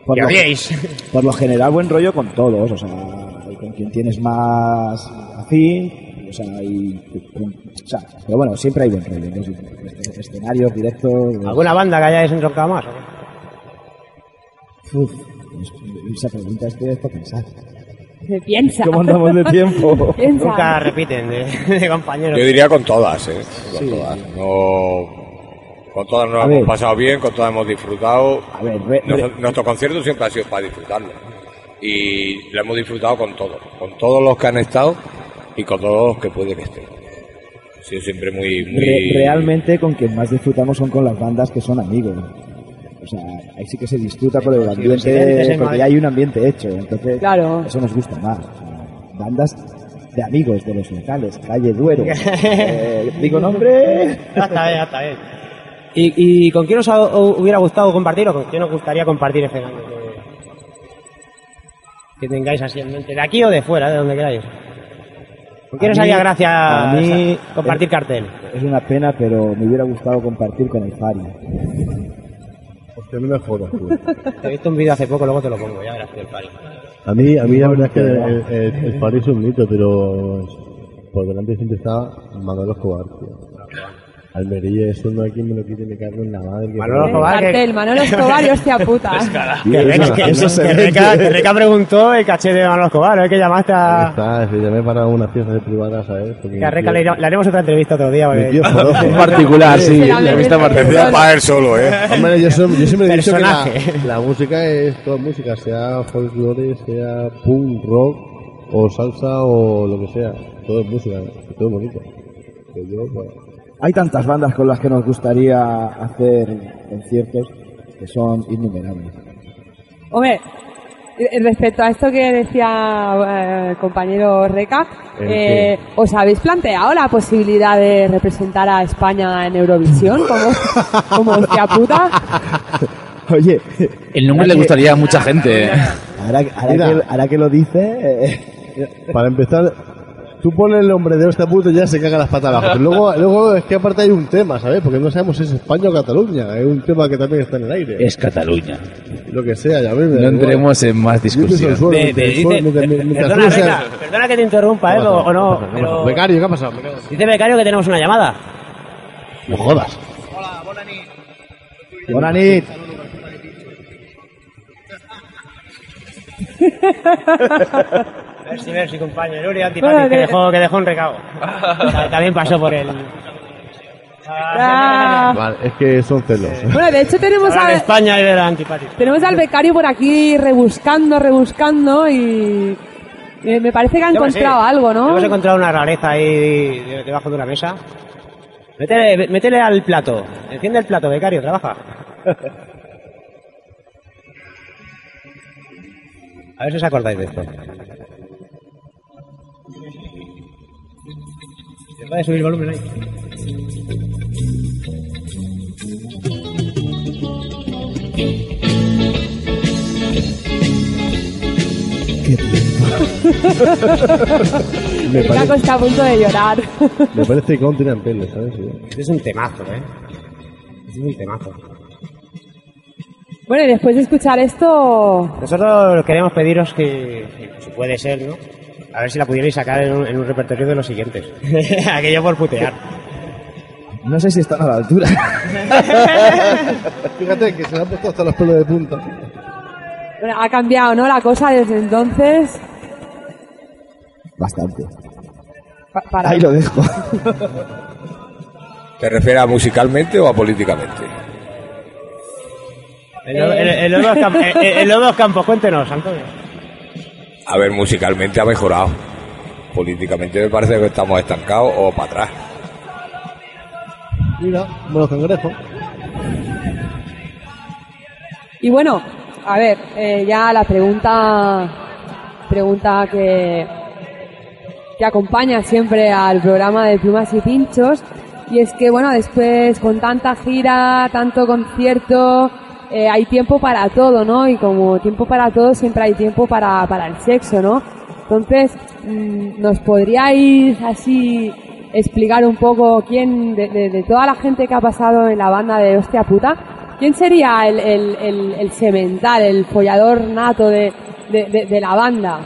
Speaker 6: Por
Speaker 4: que
Speaker 6: lo-
Speaker 4: habíais.
Speaker 6: por lo general buen rollo con todos, o sea, y con quien tienes más afín, o sea, y, con- o sea, pero bueno, siempre hay buen rollo, ¿no? Siempre- este- escenarios directos,
Speaker 4: ¿Alguna banda que hayáis entroncado más? o qué?
Speaker 6: Uf, pues, esa pregunta es que es para pensar.
Speaker 3: Se piensa.
Speaker 6: ¿Cómo andamos de tiempo?
Speaker 3: Piensa.
Speaker 4: Nunca repiten de, de compañeros.
Speaker 8: Yo diría con todas, ¿eh? Con todas. No, con todas nos
Speaker 6: A
Speaker 8: hemos
Speaker 6: ver.
Speaker 8: pasado bien, con todas hemos disfrutado.
Speaker 6: A ver, re-
Speaker 8: Nos-
Speaker 6: re-
Speaker 8: nuestro concierto siempre ha sido para disfrutarlo. Y lo hemos disfrutado con todos. Con todos los que han estado y con todos los que pueden estar. Ha sido siempre muy... muy...
Speaker 6: Re- realmente con quien más disfrutamos son con las bandas que son amigos. O sea, ahí sí que se disfruta por el
Speaker 4: residentes
Speaker 6: ambiente,
Speaker 4: en
Speaker 6: porque
Speaker 4: Madrid.
Speaker 6: ya hay un ambiente hecho, entonces
Speaker 3: Claro.
Speaker 6: eso nos gusta más. O sea, bandas de amigos de los locales, calle Duero. Eh, digo nombre.
Speaker 4: Hasta bien, hasta bien. ¿Y, y con quién os ha- o- hubiera gustado compartir o con quién os gustaría compartir escenario? Que, que tengáis así en mente, de aquí o de fuera, de donde queráis. ¿Con quién
Speaker 6: A
Speaker 4: os
Speaker 6: mí-
Speaker 4: haría gracia
Speaker 6: a mí-
Speaker 4: sa- compartir cartel?
Speaker 6: Es una pena, pero me hubiera gustado compartir con el Fari.
Speaker 5: Hostia, no me jodas, tú.
Speaker 4: Te he visto un vídeo hace poco, luego te lo pongo, ya verás tú el pari.
Speaker 5: A mí, a mí la verdad es que el, el, el Fari es un mito, pero por delante siempre está Manolo Escobar, tío. Almería, eso no hay quien me lo quite, me cago en la madre. que-
Speaker 4: Manolo
Speaker 3: El
Speaker 4: Escobar.
Speaker 3: cartel, Manolo Escobar y Hostia Puta.
Speaker 4: Que Reca, que-
Speaker 6: eso se
Speaker 4: que
Speaker 6: ve
Speaker 4: Reca-
Speaker 6: que-
Speaker 4: que Reca preguntó el caché de Manolo Escobar, ¿eh? que llamaste
Speaker 5: Ahí
Speaker 4: a...
Speaker 5: Está, se llamé para unas fiestas de privadas, ¿sabes? Porque
Speaker 4: Que a
Speaker 5: mi
Speaker 4: Reca
Speaker 5: tío-
Speaker 4: le, eh. irá- le haremos otra entrevista otro día.
Speaker 5: mi
Speaker 4: porque-
Speaker 5: tío es joropo.
Speaker 7: En particular, sí,
Speaker 3: Será
Speaker 7: la vista
Speaker 3: bien.
Speaker 8: Decía
Speaker 7: particular.
Speaker 8: para él solo, ¿eh?
Speaker 5: Hombre, yo, som- yo siempre he dicho que la,
Speaker 4: Personaje.
Speaker 5: la música es toda música, sea folclore, sea punk, rock o salsa o lo que sea. Todo es música, y todo es bonito. Pero yo, bueno,
Speaker 6: Hay tantas bandas con las que nos gustaría hacer conciertos que son innumerables.
Speaker 3: Hombre, eh, Respecto a esto que decía eh, el compañero Reca,
Speaker 5: ¿El
Speaker 3: eh, ¿os habéis planteado la posibilidad de representar a España en Eurovisión como, como hostia puta?
Speaker 6: Oye,
Speaker 7: El nombre le gustaría a mucha gente. ¿eh?
Speaker 6: ahora, ahora,
Speaker 5: Mira.
Speaker 6: que, ahora que lo dices, eh,
Speaker 5: Para empezar, tú pones el nombre de este puto y ya se caga las patas abajo. Pero Luego, luego es que aparte hay un tema, ¿sabes? Porque no sabemos si es España o Cataluña. Es un tema que también está en el aire.
Speaker 7: Es Cataluña.
Speaker 5: Lo que sea, ya ves.
Speaker 7: No entremos en más discusión.
Speaker 4: Pe- pe- dice- Perdona, Reca, perdona que te interrumpa, ¿eh? O, o no, pero...
Speaker 5: Becario, ¿qué ha pasado? Me cago en-
Speaker 4: Dice Becario que tenemos una llamada.
Speaker 5: No jodas.
Speaker 6: buena nit.
Speaker 4: Merci, merci, compañero. Yuri antipático,
Speaker 3: Vale.
Speaker 4: que dejó, que dejó un recado. Ta- También pasó por el...
Speaker 3: Ah.
Speaker 5: Vale, es que son celos.
Speaker 3: Bueno, de hecho tenemos
Speaker 4: Habla de
Speaker 3: a,
Speaker 4: España y de la antipática.
Speaker 3: Tenemos al becario por aquí rebuscando, rebuscando y eh, me parece que ha encontrado algo, ¿no?
Speaker 4: Hemos encontrado una rareza ahí de- debajo de una mesa. Métele, mé- métele al plato. Enciende el plato, becario, trabaja. A ver si os acordáis de esto. Se puede subir el volumen ahí.
Speaker 5: Me,
Speaker 3: El Caco
Speaker 5: pare-
Speaker 3: está a punto de llorar.
Speaker 5: me parece que aún tienen pelo, ¿sabes? Sí.
Speaker 4: Este es un temazo, ¿eh? Este es un temazo.
Speaker 3: bueno, y después de escuchar esto,
Speaker 4: Nosotros queremos pediros que, si puede ser, ¿no? A ver si la pudierais sacar en un, en un repertorio de los siguientes. Aquello por putear.
Speaker 6: No sé si están a la altura.
Speaker 5: Fíjate que se le han puesto hasta los pelos de punta.
Speaker 3: bueno, ha cambiado, ¿no? La cosa desde entonces.
Speaker 6: Bastante.
Speaker 3: Pa- para-
Speaker 6: Ahí lo dejo.
Speaker 8: ¿Te refieres a musicalmente o a políticamente?
Speaker 4: El, el, el, Lobo Camp- el- el- el Lobo Campos, cuéntenos, Antonio.
Speaker 8: A ver, musicalmente ha mejorado. Políticamente me parece que estamos estancados o para atrás.
Speaker 5: Mira, como los cangrejos.
Speaker 3: Y bueno, a ver, eh, ya la pregunta, pregunta que, que acompaña siempre al programa de Plumas y Pinchos. Y es que, bueno, después con tanta gira, tanto concierto, eh, hay tiempo para todo, ¿no? Y como tiempo para todo, siempre hay tiempo para, para el sexo, ¿no? Entonces, mm, ¿nos podríais así explicar un poco quién, de, de- de toda la gente que ha pasado en la banda de Hostia Puta, quién sería el, el, el, el semental, el follador nato de, de, de- de la banda?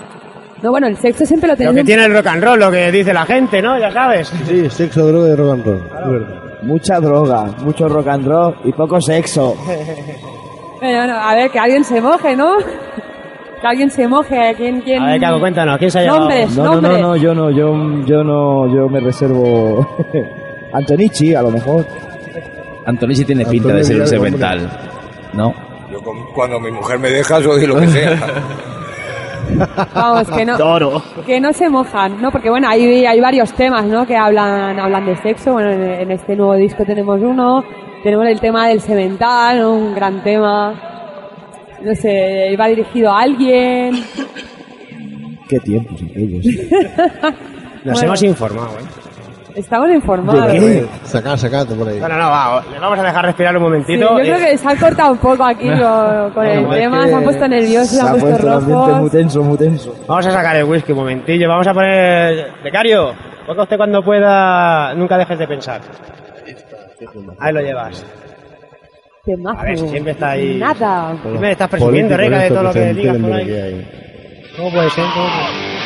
Speaker 3: No, bueno, el sexo siempre lo
Speaker 4: Lo
Speaker 3: tenemos...
Speaker 4: que tiene el rock and roll, lo que dice la gente, ¿no? Ya sabes.
Speaker 5: Sí, sexo, droga y rock and roll. es verdad.
Speaker 6: Mucha droga, mucho rock and roll y poco sexo.
Speaker 3: Bueno, bueno, a ver, que alguien se moje, ¿no? Que alguien se moje, ¿quién, quién?
Speaker 4: A ver, Caco, cuéntanos, ¿quién se ha llevado?
Speaker 3: Nombres.
Speaker 6: No, no, no,
Speaker 3: Nombre.
Speaker 6: no, yo no, yo, yo no, yo me reservo. Antonichi, a lo mejor.
Speaker 7: Antonici tiene pinta de ser un semental. ¿No?
Speaker 8: Yo con- cuando mi mujer me deja, yo digo lo que sea.
Speaker 3: Vamos, que no,
Speaker 4: Toro.
Speaker 3: que no se mojan, ¿no? Porque bueno, hay, hay varios temas, ¿no? Que hablan, hablan de sexo. Bueno, en, en este nuevo disco tenemos uno. Tenemos el tema del semental, ¿no? un gran tema. No sé, iba dirigido a alguien.
Speaker 6: Qué tiempos aquellos.
Speaker 4: Nos
Speaker 3: Bueno.
Speaker 4: hemos informado, ¿eh?
Speaker 3: Estamos informados.
Speaker 5: Sacá, sacate por ahí.
Speaker 4: No, no, no, va, le vamos a dejar respirar un
Speaker 3: Sí,
Speaker 4: momentito.
Speaker 3: yo creo
Speaker 4: Eh,
Speaker 3: que se han cortado un poco aquí lo- con el
Speaker 4: No, es
Speaker 3: tema.
Speaker 6: que
Speaker 3: Se han puesto nerviosos, se han puesto
Speaker 6: el ambiente muy
Speaker 3: rojos.
Speaker 6: tenso, muy tenso.
Speaker 4: Vamos a sacar el whisky un momentillo, vamos a poner... Becario, ponga usted cuando pueda, nunca dejes de pensar. Ahí lo llevas.
Speaker 3: Temazo.
Speaker 4: A ver, si siempre está ahí.
Speaker 3: Nada.
Speaker 4: Sí Me estás presumiendo,
Speaker 5: Político
Speaker 4: Reca, de
Speaker 5: esto
Speaker 4: todo
Speaker 5: que
Speaker 4: lo
Speaker 5: se
Speaker 4: que digas
Speaker 5: enteren
Speaker 4: por
Speaker 5: de lo
Speaker 4: ahí.
Speaker 5: que hay.
Speaker 4: ¿Cómo puede ser? ¿Cómo puede ser?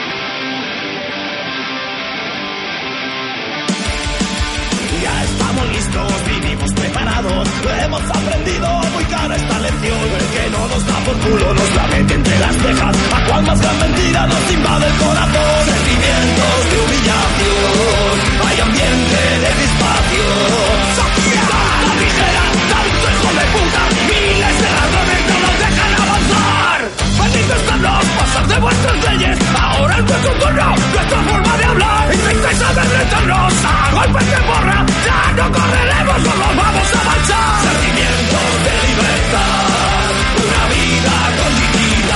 Speaker 2: Ya estamos listos, vivimos preparados, hemos aprendido muy cara esta lección. El que no nos da por culo nos la mete entre las cejas, a cual más gran mentira nos invade el corazón. Sentimientos de humillación, hay ambiente de despacio. Sociedad la ligera, tanto hijo de puta, miles de ladrones no nos dejan avanzar. Benditos están los pasos de vuestras leyes, ahora es vuestro turno, nuestra forma de hablar. Intentáis amedrentarnos a golpes de borra, ya no correremos, solo vamos a marchar. Sentimientos de libertad, una vida con dignidad.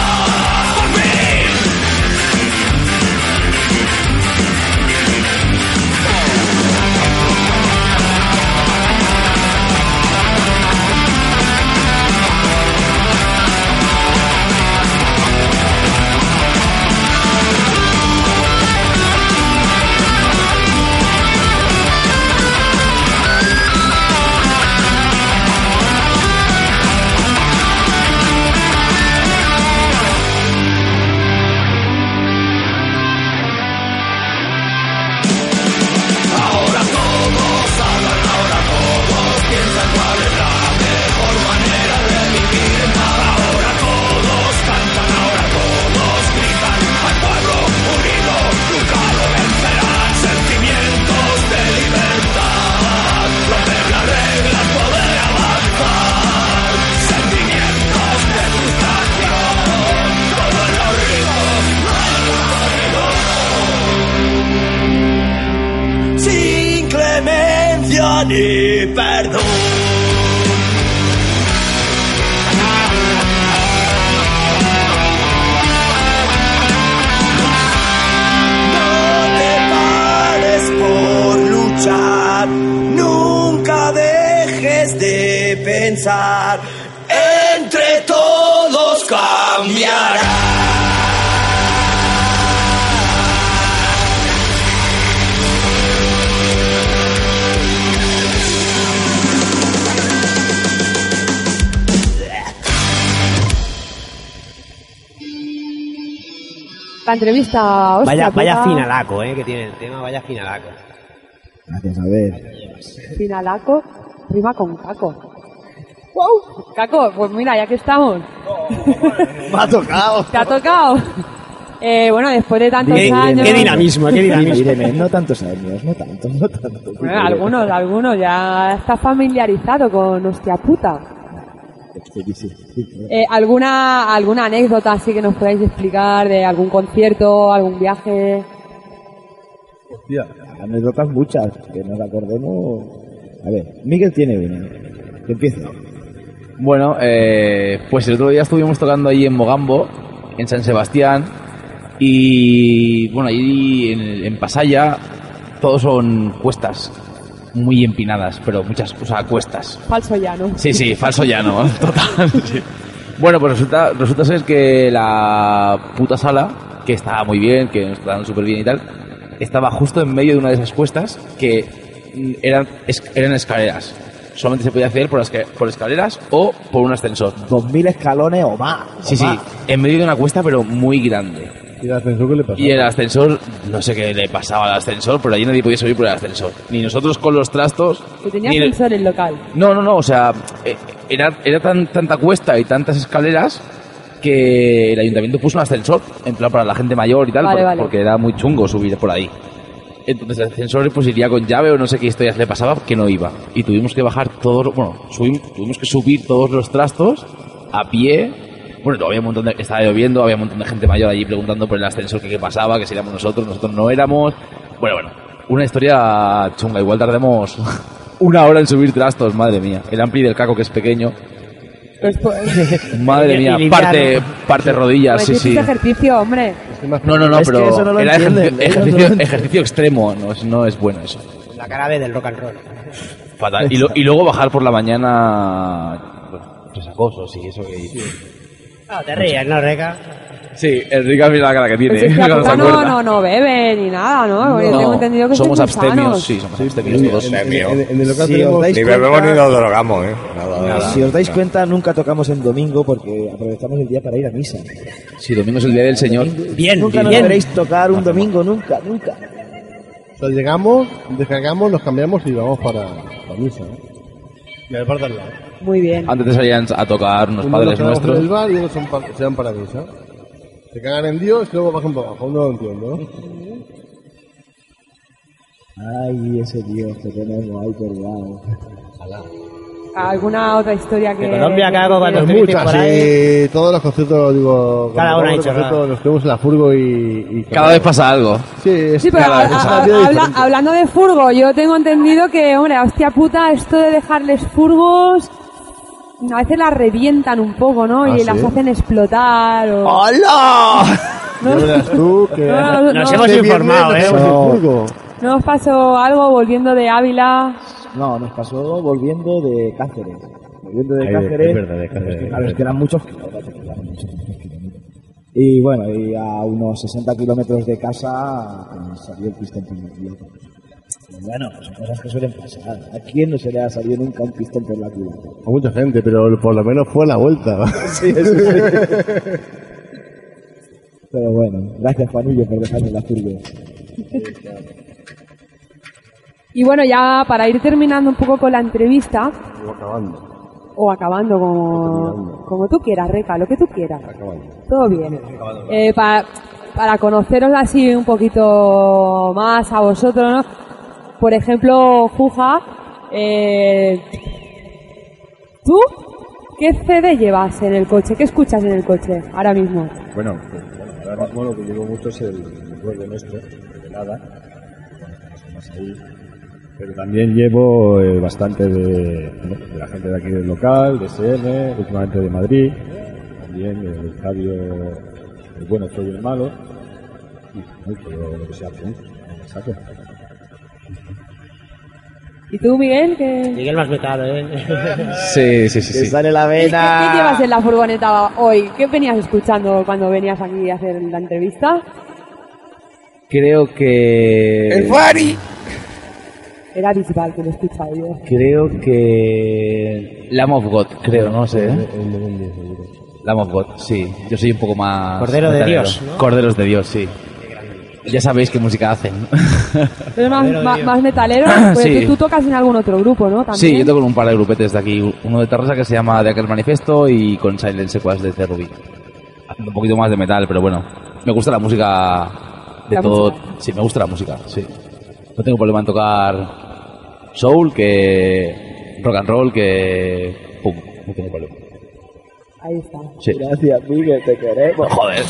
Speaker 2: disculpa ni perdón. No te pares por luchar, nunca dejes de pensar. Entre todos cambiará.
Speaker 3: La entrevista, hostia,
Speaker 4: Vaya,
Speaker 3: puta,
Speaker 4: vaya finalaco, eh, que tiene el tema, vaya finalaco.
Speaker 6: Gracias, a ver.
Speaker 3: Finalaco, prima con caco. ¡Wow! Caco, pues mira, ya que estamos.
Speaker 6: Me ha tocado.
Speaker 3: ¿Te ha tocado? Eh, bueno, después de tantos
Speaker 4: Qué-
Speaker 3: años...
Speaker 4: qué dinamismo, qué dinamismo.
Speaker 6: Irene, no tantos años, no tantos, no tantos.
Speaker 3: Bueno, algunos, algunos ya está familiarizado con hostia puta.
Speaker 6: Sí, sí, sí.
Speaker 3: Eh, ¿alguna, ¿Alguna anécdota así que nos podáis explicar de algún concierto, algún viaje?
Speaker 6: Hostia, anécdotas muchas, que nos acordemos. A ver, Miguel tiene una. Que empiece.
Speaker 7: Bueno, eh, pues el otro día estuvimos tocando ahí en Mogambo, en San Sebastián, y bueno, allí en, en Pasaya todo son cuestas, muy empinadas, pero muchas, o sea, cuestas.
Speaker 3: Falso llano.
Speaker 7: Sí, sí, falso llano, total. sí. Bueno, pues resulta, resulta ser que la puta sala, que estaba muy bien, que nos trataban súper bien y tal, estaba justo en medio de una de esas cuestas que mm, eran, es- eran escaleras. Solamente se podía acceder por, las que- por escaleras o por un ascensor.
Speaker 6: Dos mil escalones o más. o
Speaker 7: Sí, sí,
Speaker 6: más.
Speaker 7: en medio de una cuesta, pero muy grande.
Speaker 5: ¿Y el ascensor qué le pasó?
Speaker 7: Y el ascensor, no sé qué le pasaba al ascensor, pero allí nadie podía subir por el ascensor. Ni nosotros con los trastos.
Speaker 3: Que tenía
Speaker 7: ni el-
Speaker 3: ascensor el local.
Speaker 7: No, no, no, o sea, eh, era, era tan, tanta cuesta y tantas escaleras que el ayuntamiento puso un ascensor, en plan para la gente mayor y tal,
Speaker 3: Vale,
Speaker 7: por-
Speaker 3: vale.
Speaker 7: porque era muy chungo subir por ahí. Entonces el ascensor pues iría con llave o no sé qué historias le pasaba que no iba. Y tuvimos que bajar todos, bueno, subim- tuvimos que subir todos los trastos a pie. Bueno, todavía un montón de, estaba lloviendo, había un montón de gente mayor allí preguntando por el ascensor que qué pasaba, que si éramos nosotros, nosotros no éramos. Bueno, bueno, una historia chunga, igual tardemos una hora en subir trastos, madre mía. El ampli del caco que es pequeño,
Speaker 3: Pues, pues,
Speaker 7: madre
Speaker 4: Y- y
Speaker 7: mía,
Speaker 4: liviano.
Speaker 7: parte, parte rodillas,
Speaker 6: Pues
Speaker 7: sí,
Speaker 3: hiciste
Speaker 7: sí.
Speaker 3: ejercicio, hombre.
Speaker 7: No, no, no,
Speaker 6: Es que
Speaker 7: pero
Speaker 6: eso no lo
Speaker 7: era ejercicio,
Speaker 6: entienden, ¿eh?
Speaker 7: ejercicio-
Speaker 6: No lo entienden.
Speaker 7: ejercicio extremo, no es, no es bueno eso.
Speaker 4: La cara B del rock and roll.
Speaker 7: Fatal. Y, lo- y luego bajar por la mañana bueno, pues acosos y eso que
Speaker 4: No, te ríes, ¿no, Reca?
Speaker 7: Sí, Enrique mira la cara que tiene. ¿eh?
Speaker 3: Pues hostia
Speaker 7: cuando se
Speaker 3: puta no,
Speaker 7: acuerda.
Speaker 3: no, no bebe ni nada, ¿no? Porque
Speaker 7: No,
Speaker 3: tengo entendido que
Speaker 7: somos
Speaker 3: sois muy
Speaker 7: abstemios,
Speaker 3: sanos.
Speaker 7: sí, somos abstemios
Speaker 5: En,
Speaker 7: todos.
Speaker 8: Sí.
Speaker 5: en- en- en el local
Speaker 6: Si os
Speaker 5: tenemos-
Speaker 6: dais
Speaker 8: Ni
Speaker 6: cuenta-
Speaker 8: bebemos ni nos drogamos, ¿eh? Nada,
Speaker 5: Ah,
Speaker 8: nada.
Speaker 6: Si os dais cuenta, nunca tocamos en domingo porque aprovechamos el día para ir a misa.
Speaker 7: Sí, domingo es el día del Señor.
Speaker 4: Bien,
Speaker 6: nunca nos
Speaker 4: bien.
Speaker 6: veréis tocar un domingo, nunca, nunca.
Speaker 5: O sea, llegamos, descargamos, nos cambiamos y vamos para la misa. ¿eh? Y al bar de al lado.
Speaker 3: Muy bien.
Speaker 7: Antes te salían a tocar unos
Speaker 5: Uno
Speaker 7: padres
Speaker 5: los trabajos
Speaker 7: nuestros.
Speaker 5: del bar y unos son pa- se van para misa. Se cagan en Dios y luego bajan para abajo. No lo entiendo, ¿no?
Speaker 7: Pues
Speaker 6: Ay, ese Dios que tenemos ahí colgado.
Speaker 3: ¿Alguna otra historia que...
Speaker 4: De Colombia, cago, cuando
Speaker 5: Pues
Speaker 4: Los tuviste
Speaker 5: muchas,
Speaker 4: por ahí.
Speaker 5: y todos los conciertos,
Speaker 4: Cada
Speaker 5: digo, cuando
Speaker 4: una
Speaker 5: vamos
Speaker 4: dicho,
Speaker 5: a los conciertos, nos quedamos en la furgo y... y-
Speaker 7: Cada vez pasa algo.
Speaker 5: Sí, es-
Speaker 3: Sí, pero
Speaker 5: cada
Speaker 3: a-
Speaker 5: vez es
Speaker 3: a-
Speaker 5: una vida
Speaker 3: habla-
Speaker 5: diferente.
Speaker 3: hablando de furgo, yo tengo entendido que, hombre, hostia puta, esto de dejarles furgos... A veces las revientan un poco, ¿no? y
Speaker 5: ¿sí?
Speaker 3: las hacen explotar o...
Speaker 7: Ah,
Speaker 6: ¡Hola!
Speaker 5: Ya verás tú que...
Speaker 3: No, no,
Speaker 4: Nos
Speaker 3: no.
Speaker 4: hemos
Speaker 5: Este
Speaker 4: informado,
Speaker 5: viernes
Speaker 4: ¿eh?
Speaker 5: nos vamos en furgo.
Speaker 3: ¿No os pasó algo volviendo de Ávila?
Speaker 6: No, nos pasó volviendo de Cáceres. Volviendo de
Speaker 5: Ay, de-
Speaker 6: Cáceres.
Speaker 5: es verdad, de Cáceres,
Speaker 6: a los que-
Speaker 5: de
Speaker 6: A los que eran muchos kilómetros. eran muchos, muchos kilómetros. Y bueno, y a unos 60 kilómetros de casa pues, salió el pistón por la culata. Y Bueno, son cosas que suelen pasar. ¿A quién no se le ha salido nunca un pistón por la culata?
Speaker 5: A mucha gente, pero por lo menos fue a la vuelta.
Speaker 6: Pero bueno, gracias Juanillo por dejarme la turbe.
Speaker 3: Y bueno, ya para ir terminando un poco con la entrevista,
Speaker 5: acabando,
Speaker 3: o acabando como, como tú quieras, Reca, lo que tú quieras.
Speaker 5: acabando.
Speaker 3: Todo bien. Eh, para, para conoceros así un poquito más a vosotros, ¿no? Por ejemplo, Juja, eh, ¿tú qué CD llevas en el coche? ¿Qué escuchas en el coche ahora mismo?
Speaker 6: Bueno, pues, bueno, ahora mismo lo que llevo mucho es el recuerdo nuestro, de nada. Bueno, estamos ahí.
Speaker 9: Pero también llevo eh, bastante de, bueno, de la gente de aquí del local, de CM, últimamente de Madrid, también de Octavio, el bueno, el feo y el malo. Y, bueno, pero lo que sea, pues, no me saco.
Speaker 3: ¿Y tú, Miguel? ¿Qué,
Speaker 4: Miguel más metado, ¿eh?
Speaker 7: Sí, sí, sí.
Speaker 6: Te
Speaker 7: sí.
Speaker 6: sale la
Speaker 3: ¿Qué-
Speaker 7: ah.
Speaker 3: qué llevas
Speaker 6: vena.
Speaker 3: en la furgoneta hoy? ¿Qué venías escuchando cuando venías aquí a hacer la entrevista?
Speaker 7: Creo que.
Speaker 8: ¡El Fari!
Speaker 3: Era Bisbal que lo he escuchado yo.
Speaker 7: Creo que. Lamb of God, creo, no sé. ¿eh? Lamb of God, sí. Yo soy un poco más.
Speaker 4: Cordero de
Speaker 7: metalero.
Speaker 4: Dios, ¿no?
Speaker 7: Corderos de Dios, sí. Ya sabéis qué música hacen.
Speaker 3: Pero más,
Speaker 4: Metalero,
Speaker 3: más,
Speaker 4: tío.
Speaker 3: más metalero, pues
Speaker 7: Sí.
Speaker 3: tú, tú tocas en algún otro grupo, ¿no? También.
Speaker 7: sí, yo tengo un par de grupetes de aquí. Uno de Tarrasa que se llama The Aquel Manifesto y con Silent Sequas de Cerrubi. Haciendo un poquito más de metal, pero bueno. Me gusta la música de
Speaker 3: La
Speaker 7: todo.
Speaker 3: música.
Speaker 7: Sí, me gusta la música, sí. No tengo problema en tocar soul, que rock and roll, que pum, no tengo problema.
Speaker 3: Ahí está.
Speaker 7: Sí.
Speaker 6: Gracias, Miguel, te queremos.
Speaker 7: Joder.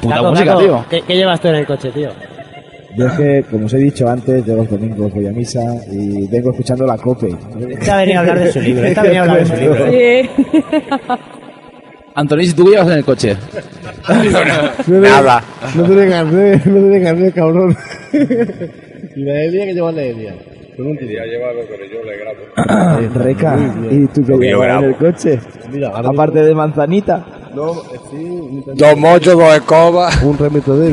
Speaker 7: Puta
Speaker 4: Taco,
Speaker 7: música,
Speaker 4: Taco,
Speaker 7: tío.
Speaker 4: ¿qué, qué llevas tú en el coche, tío?
Speaker 6: Yo es que, como os he dicho antes, yo los domingos voy a misa y vengo escuchando la cope.
Speaker 4: Esta venía Este a hablar de su libro, esta venía a hablar de su libro.
Speaker 3: Sí.
Speaker 7: Antonio, si tú llevas en el coche.
Speaker 8: Nada.
Speaker 5: No tiene carnet, no tiene carnet, cabrón. y la Elia que lleva la Elia. Con un tiro.
Speaker 6: Eh, Reca, ¿y tú qué
Speaker 8: Lo que yo
Speaker 6: llevas en el
Speaker 8: grabo.
Speaker 6: coche?
Speaker 5: Mira, ahora
Speaker 6: Aparte de manzanita.
Speaker 5: No, eh, sí, un remito-
Speaker 8: Dos mochos, dos escobas.
Speaker 5: un remito de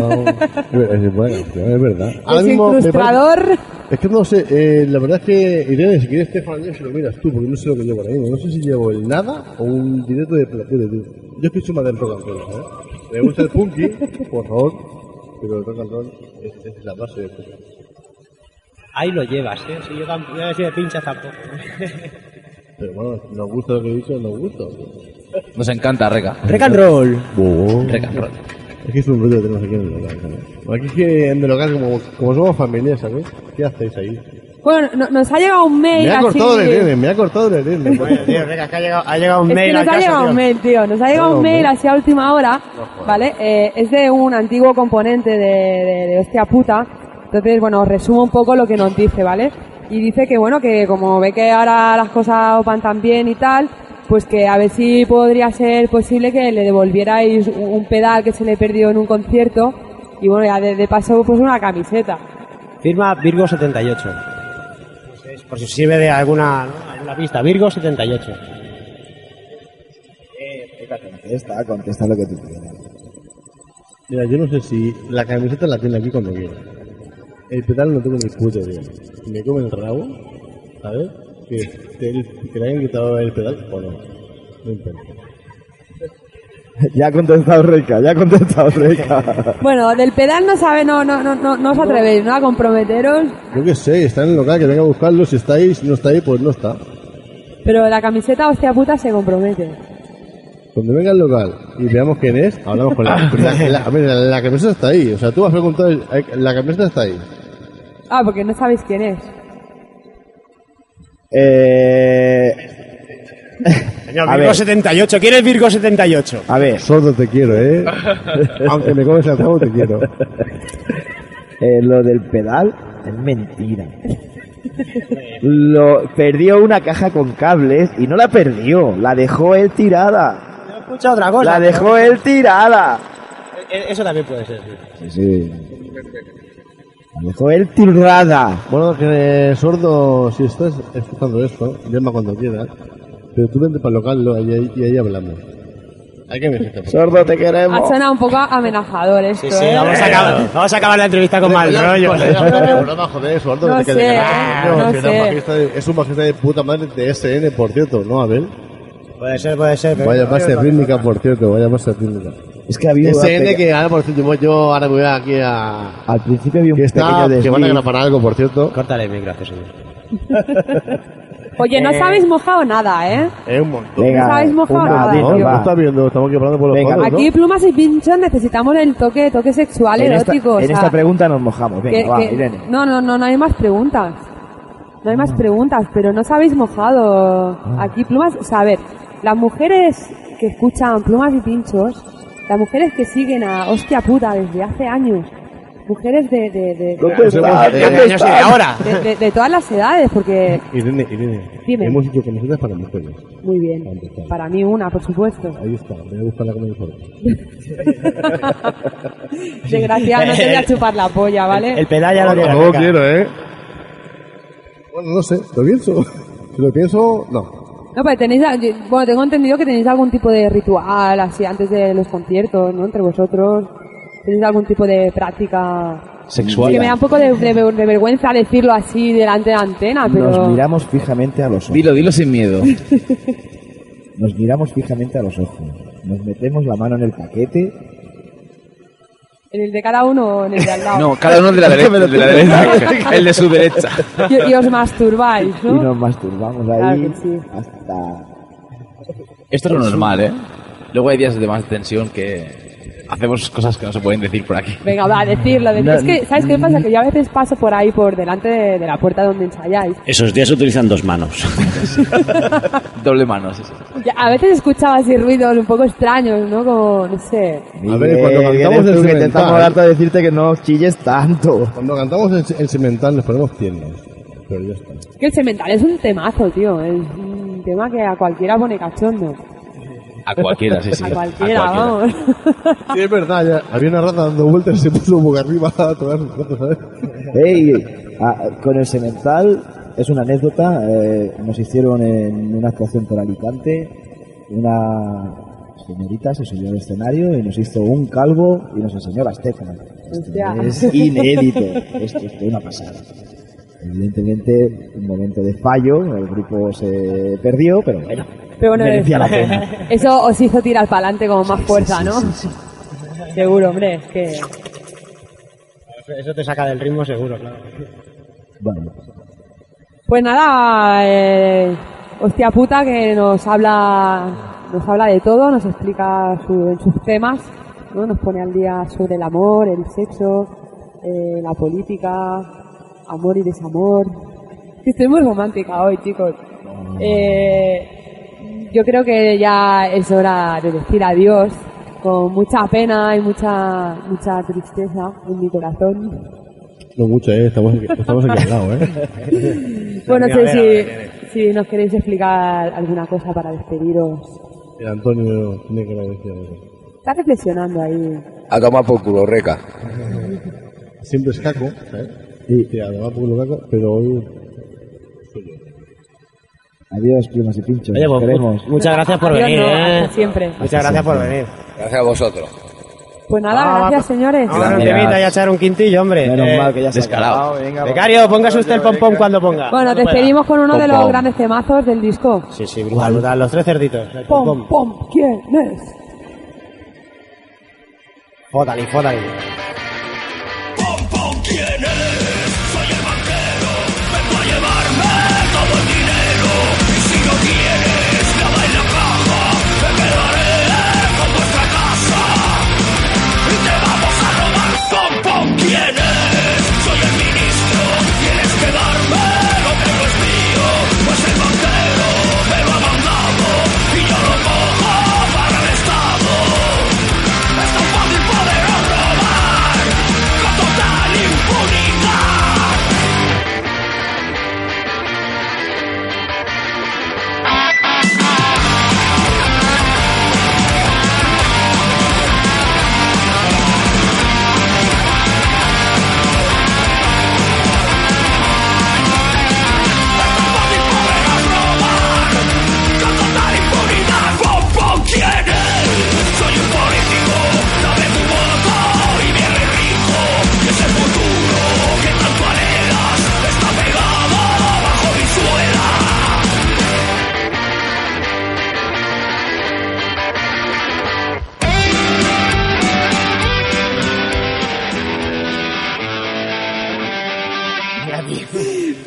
Speaker 5: un- Es bueno, tío, es verdad. Ahora
Speaker 3: Es
Speaker 5: mismo me parece-
Speaker 3: incrustrador.
Speaker 5: Es que no sé, eh, la verdad es que Irene, si quieres te año si lo miras tú, porque no sé lo que llevo ahora mismo. No sé si llevo el nada o un directo de placer tú. Yo escucho más del rock and roll, ¿eh? Me gusta el punky, por favor, pero el rock and roll es, es la base de todo.
Speaker 4: Ahí lo llevas, ¿eh? Si yo, tampoco, yo he sido pincha tampoco.
Speaker 5: Pero bueno, nos gusta lo que he dicho, nos gusta.
Speaker 7: Nos encanta, Reca.
Speaker 4: Rock and roll.
Speaker 7: Reca, roll.
Speaker 5: Es que es un ruido que tenemos aquí en el local. ¿sabes? Aquí es que en el local, como, como somos familia, ¿sabes? ¿Qué hacéis ahí?
Speaker 3: Bueno, no- nos ha llegado un mail
Speaker 5: Me ha
Speaker 3: así.
Speaker 5: cortado el Irene, me ha cortado el Irene.
Speaker 4: Tío, venga, que ha llegado, ha llegado un
Speaker 3: Es
Speaker 4: mail
Speaker 3: que nos
Speaker 4: al
Speaker 3: ha
Speaker 4: caso,
Speaker 3: llegado
Speaker 4: tío.
Speaker 3: un mail, tío. Nos ha llegado un mail así a última hora, ¿vale? Eh, es de un antiguo componente de, de- de Hostia Puta. Entonces, bueno, os resumo un poco lo que nos dice, ¿vale? Y dice que, bueno, que como ve que ahora las cosas van tan bien y tal, pues que a ver si podría ser posible que le devolvierais un- un pedal que se le perdió en un concierto y, bueno, ya de, de paso, pues una camiseta.
Speaker 4: Firma Virgo78. Pues Por si sirve de alguna, ¿no? alguna pista. Virgo78.
Speaker 6: Contesta, contesta lo que tú quieras.
Speaker 5: Mira, yo no sé si la camiseta la tiene aquí cuando viene. El pedal no tengo ni puta idea. Me come el rabo, ¿sabes? Que, te- que le hayan quitado el pedal o no. No importa.
Speaker 6: Ya ha contestado Reca, ya ha contestado Reca.
Speaker 3: Bueno, del pedal no sabe, no, no, no, no, no os atrevéis, ¿no? A comprometeros.
Speaker 5: Yo qué sé, está en el local, que venga a buscarlo. Si está ahí, si no está ahí, pues no está.
Speaker 3: Pero la camiseta hostia puta se compromete.
Speaker 5: Cuando venga al local y veamos quién es, hablamos con la la, la- a ver, la- la camiseta está ahí. O sea, tú vas a preguntar, eh, la camiseta está ahí.
Speaker 3: Ah, porque no sabéis quién es.
Speaker 6: Eh,
Speaker 4: Señor,
Speaker 6: A ver.
Speaker 4: Virgo78. ¿Quién es Virgo78?
Speaker 6: a ver,
Speaker 5: Sordo te quiero, ¿eh? Aunque me comes el rabo, te quiero.
Speaker 6: eh, lo del pedal es mentira. Lo perdió una caja con cables y no la perdió, la dejó él tirada.
Speaker 4: Yo he escuchado otra cosa.
Speaker 6: La dejó él tirada.
Speaker 4: E- Eso también puede ser. sí.
Speaker 6: Sí, sí. La dejó él tirada.
Speaker 5: Bueno, que eh, sordo, si estás escuchando esto, llama cuando quieras. Pero tú vente para el local lo- y, ahí- y ahí hablamos. Hay que venir.
Speaker 6: Sordo, te
Speaker 3: Ha
Speaker 6: queremos.
Speaker 3: sonado un poco amenazador esto,
Speaker 4: Sí, sí,
Speaker 3: ¿eh?
Speaker 4: vamos a acabar, vamos a acabar la entrevista con mal rollo.
Speaker 5: sordo,
Speaker 3: No
Speaker 5: te
Speaker 3: sé,
Speaker 5: quedas-
Speaker 3: ah, no
Speaker 5: si era un
Speaker 3: sé.
Speaker 5: bajista de- Es un bajista de puta madre de SN, por cierto, ¿no, Abel?
Speaker 4: Puede ser, puede ser. pero-
Speaker 5: Vaya base rítmica, por cierto, vaya base rítmica.
Speaker 6: Es que había una
Speaker 5: SN
Speaker 6: peque-
Speaker 5: que ahora, por cierto, yo ahora me voy aquí a...
Speaker 6: al principio había un
Speaker 5: Que este está,
Speaker 6: pequeño
Speaker 5: que van a
Speaker 6: desliz.
Speaker 5: grabar algo, por cierto.
Speaker 4: Córtale el micro, señor.
Speaker 3: Oye, no os habéis mojado nada, ¿eh?
Speaker 5: Es un montón.
Speaker 6: Venga,
Speaker 3: ¿Os habéis mojado
Speaker 6: una,
Speaker 3: nada,
Speaker 6: dos,
Speaker 5: No,
Speaker 3: tío?
Speaker 5: no
Speaker 6: Ah, va.
Speaker 5: está viendo, estamos quebrando por los
Speaker 6: Venga,
Speaker 5: palos, ¿no?
Speaker 3: Aquí plumas y pinchos necesitamos el toque, toque sexual
Speaker 6: En esta,
Speaker 3: erótico. o
Speaker 6: en
Speaker 3: sea,
Speaker 6: esta pregunta nos mojamos. Venga,
Speaker 3: ah. que-
Speaker 6: va,
Speaker 3: que-
Speaker 6: Irene.
Speaker 3: No, no, no, no hay más preguntas. No hay más preguntas, pero no os habéis mojado.
Speaker 6: Ah.
Speaker 3: Aquí plumas, o sea, a ver, las mujeres que escuchan plumas y pinchos, las mujeres que siguen a hostia puta desde hace años, mujeres de, de, de,
Speaker 6: ¿Dónde está?
Speaker 5: Eh,
Speaker 4: de, de-
Speaker 6: ¿Dónde
Speaker 4: yo sé,
Speaker 6: está?
Speaker 4: ahora.
Speaker 3: de- de- de todas las edades, porque
Speaker 5: Irene, Irene,
Speaker 3: Dime.
Speaker 5: hemos dicho que nosotras para mujeres.
Speaker 3: muy bien, para mí una, por supuesto.
Speaker 5: Ahí está, voy a buscarla con el informe.
Speaker 3: Desgraciada, no te voy a chupar la polla, ¿vale?
Speaker 4: El pedal ya lo llega.
Speaker 5: No
Speaker 4: nunca.
Speaker 5: quiero, ¿eh? Bueno, no sé, lo pienso. Si lo pienso, no.
Speaker 3: No, pero tenéis, yo- bueno, tengo entendido que tenéis algún tipo de ritual así antes de los conciertos, ¿no? Entre vosotros. ¿Tenéis algún tipo de práctica?
Speaker 7: Sexual.
Speaker 3: Que me da un poco de, de ver- de vergüenza decirlo así delante de la antena,
Speaker 6: Nos
Speaker 3: pero...
Speaker 6: miramos fijamente a los ojos.
Speaker 7: Dilo, dilo sin miedo.
Speaker 6: Nos miramos fijamente a los ojos. Nos metemos la mano en el paquete.
Speaker 3: ¿En el de cada uno o en el de al lado?
Speaker 7: No, cada uno el de la derecha. El de, la derecha, el de su derecha.
Speaker 3: Y, y os masturbáis,
Speaker 6: Y
Speaker 3: ¿no?
Speaker 6: nos masturbamos
Speaker 3: Claro
Speaker 6: ahí
Speaker 3: que sí.
Speaker 6: hasta...
Speaker 7: Esto es lo normal, ¿eh? Luego hay días de más tensión que hacemos cosas que no se pueden decir por aquí.
Speaker 3: Venga, va, decirlo. decirlo.
Speaker 6: No,
Speaker 3: es que, ¿sabes qué pasa? Que yo a veces paso por ahí, por delante de, de la puerta donde ensayáis.
Speaker 10: Esos días utilizan dos manos.
Speaker 7: Doble mano. sí, sí.
Speaker 3: Y a veces escuchaba así ruidos un poco extraños, ¿no? Como, no sé...
Speaker 5: A ver, cuando
Speaker 6: Miguel,
Speaker 5: cantamos
Speaker 6: eres tú
Speaker 5: el
Speaker 6: que te estás
Speaker 5: cemental.
Speaker 6: harto de decirte que no chilles tanto.
Speaker 5: Cuando cantamos el, el semental nos ponemos tiernos. Pero ya está.
Speaker 3: Es que el semental es un temazo, tío. Es un tema que a cualquiera pone cachondo.
Speaker 7: A cualquiera, sí, sí.
Speaker 3: A cualquiera, vamos.
Speaker 5: Sí, es verdad, ya. Había una rata dando vueltas y se puso boca arriba a tocar sus cosas, ¿sabes?
Speaker 6: Ey, a- con el semental es una anécdota. eh, nos hicieron en una actuación por Alicante. Una señorita se subió al escenario y nos hizo un calvo y nos enseñó las teclas. Esto
Speaker 3: Hostia.
Speaker 6: es inédito. Esto es una pasada. Evidentemente, un momento de fallo. El grupo se perdió, pero bueno,
Speaker 3: Pero bueno,
Speaker 6: merecía la pena.
Speaker 3: eso os hizo tirar para adelante con más fuerza, ¿no? Seguro, hombre, es que...
Speaker 4: Eso te saca del ritmo seguro, claro.
Speaker 6: Bueno,
Speaker 3: Pues nada, eh, hostia puta que nos habla, nos habla de todo, nos explica su- sus temas, ¿no? nos pone al día sobre el amor, el sexo, eh, la política, amor y desamor. Que estoy muy romántica hoy, chicos. Eh, yo creo que ya es hora de decir adiós con mucha pena y mucha mucha tristeza en mi corazón.
Speaker 5: No mucho, ¿eh? Estamos aquí, estamos aquí al lado, ¿eh?
Speaker 3: Bueno, no sé si, si nos queréis explicar alguna cosa para despediros.
Speaker 5: El Antonio tiene que agradecer algo.
Speaker 3: Está reflexionando ahí.
Speaker 8: A tomar por culo, reca.
Speaker 5: Siempre es caco, ¿sabes? Y te además por lo caco, pero hoy...
Speaker 6: adiós, primas y pinchos.
Speaker 4: Oye,
Speaker 6: nos
Speaker 4: pues,
Speaker 6: queremos.
Speaker 4: muchas gracias por
Speaker 3: Adiós,
Speaker 4: venir,
Speaker 3: no,
Speaker 4: ¿eh?
Speaker 3: hasta siempre.
Speaker 4: Muchas gracias por venir.
Speaker 8: Gracias a vosotros.
Speaker 3: Pues nada,
Speaker 4: Ah,
Speaker 3: gracias,
Speaker 4: va-
Speaker 3: señores.
Speaker 4: Ahora no te
Speaker 6: Gracias.
Speaker 4: invita ya a echar un quintillo, hombre.
Speaker 6: Menos
Speaker 4: Eh,
Speaker 6: mal que ya se ha
Speaker 7: descarado.
Speaker 6: acabado, venga, va.
Speaker 4: Becario, póngase usted el pompón cuando
Speaker 3: Bueno,
Speaker 4: ponga. Cuando pueda.
Speaker 3: despedimos con uno de los
Speaker 7: Pom, pom.
Speaker 3: grandes temazos del disco.
Speaker 4: Sí, sí, brutal, brutal. Los tres cerditos. El
Speaker 3: Pom,
Speaker 4: pompón.
Speaker 3: pom, ¿quién es?
Speaker 4: Fótale, fótale.
Speaker 3: Eh.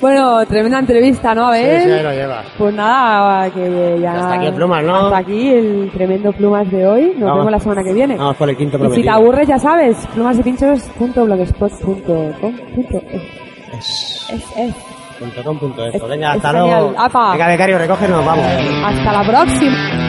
Speaker 3: Bueno, tremenda entrevista, ¿no? A
Speaker 4: Sí, sí, ahí
Speaker 3: ver.
Speaker 4: lo llevas.
Speaker 3: Pues nada, que ya...
Speaker 4: Hasta aquí el Plumas, ¿no?
Speaker 3: Hasta aquí el tremendo Plumas de hoy. Nos
Speaker 4: Vamos.
Speaker 3: vemos la semana que viene.
Speaker 4: Vamos por el
Speaker 3: Y si
Speaker 4: quinto
Speaker 3: te
Speaker 4: prometido.
Speaker 3: aburres, ya sabes, plumasypinchos.blogspot.com.es. e. Es, es.
Speaker 4: Punto com, punto esto.
Speaker 3: Es-
Speaker 4: Venga, hasta
Speaker 3: es
Speaker 4: luego.
Speaker 3: genial. Apa.
Speaker 4: Venga, becario, recógenos, vamos.
Speaker 3: Hasta la próxima.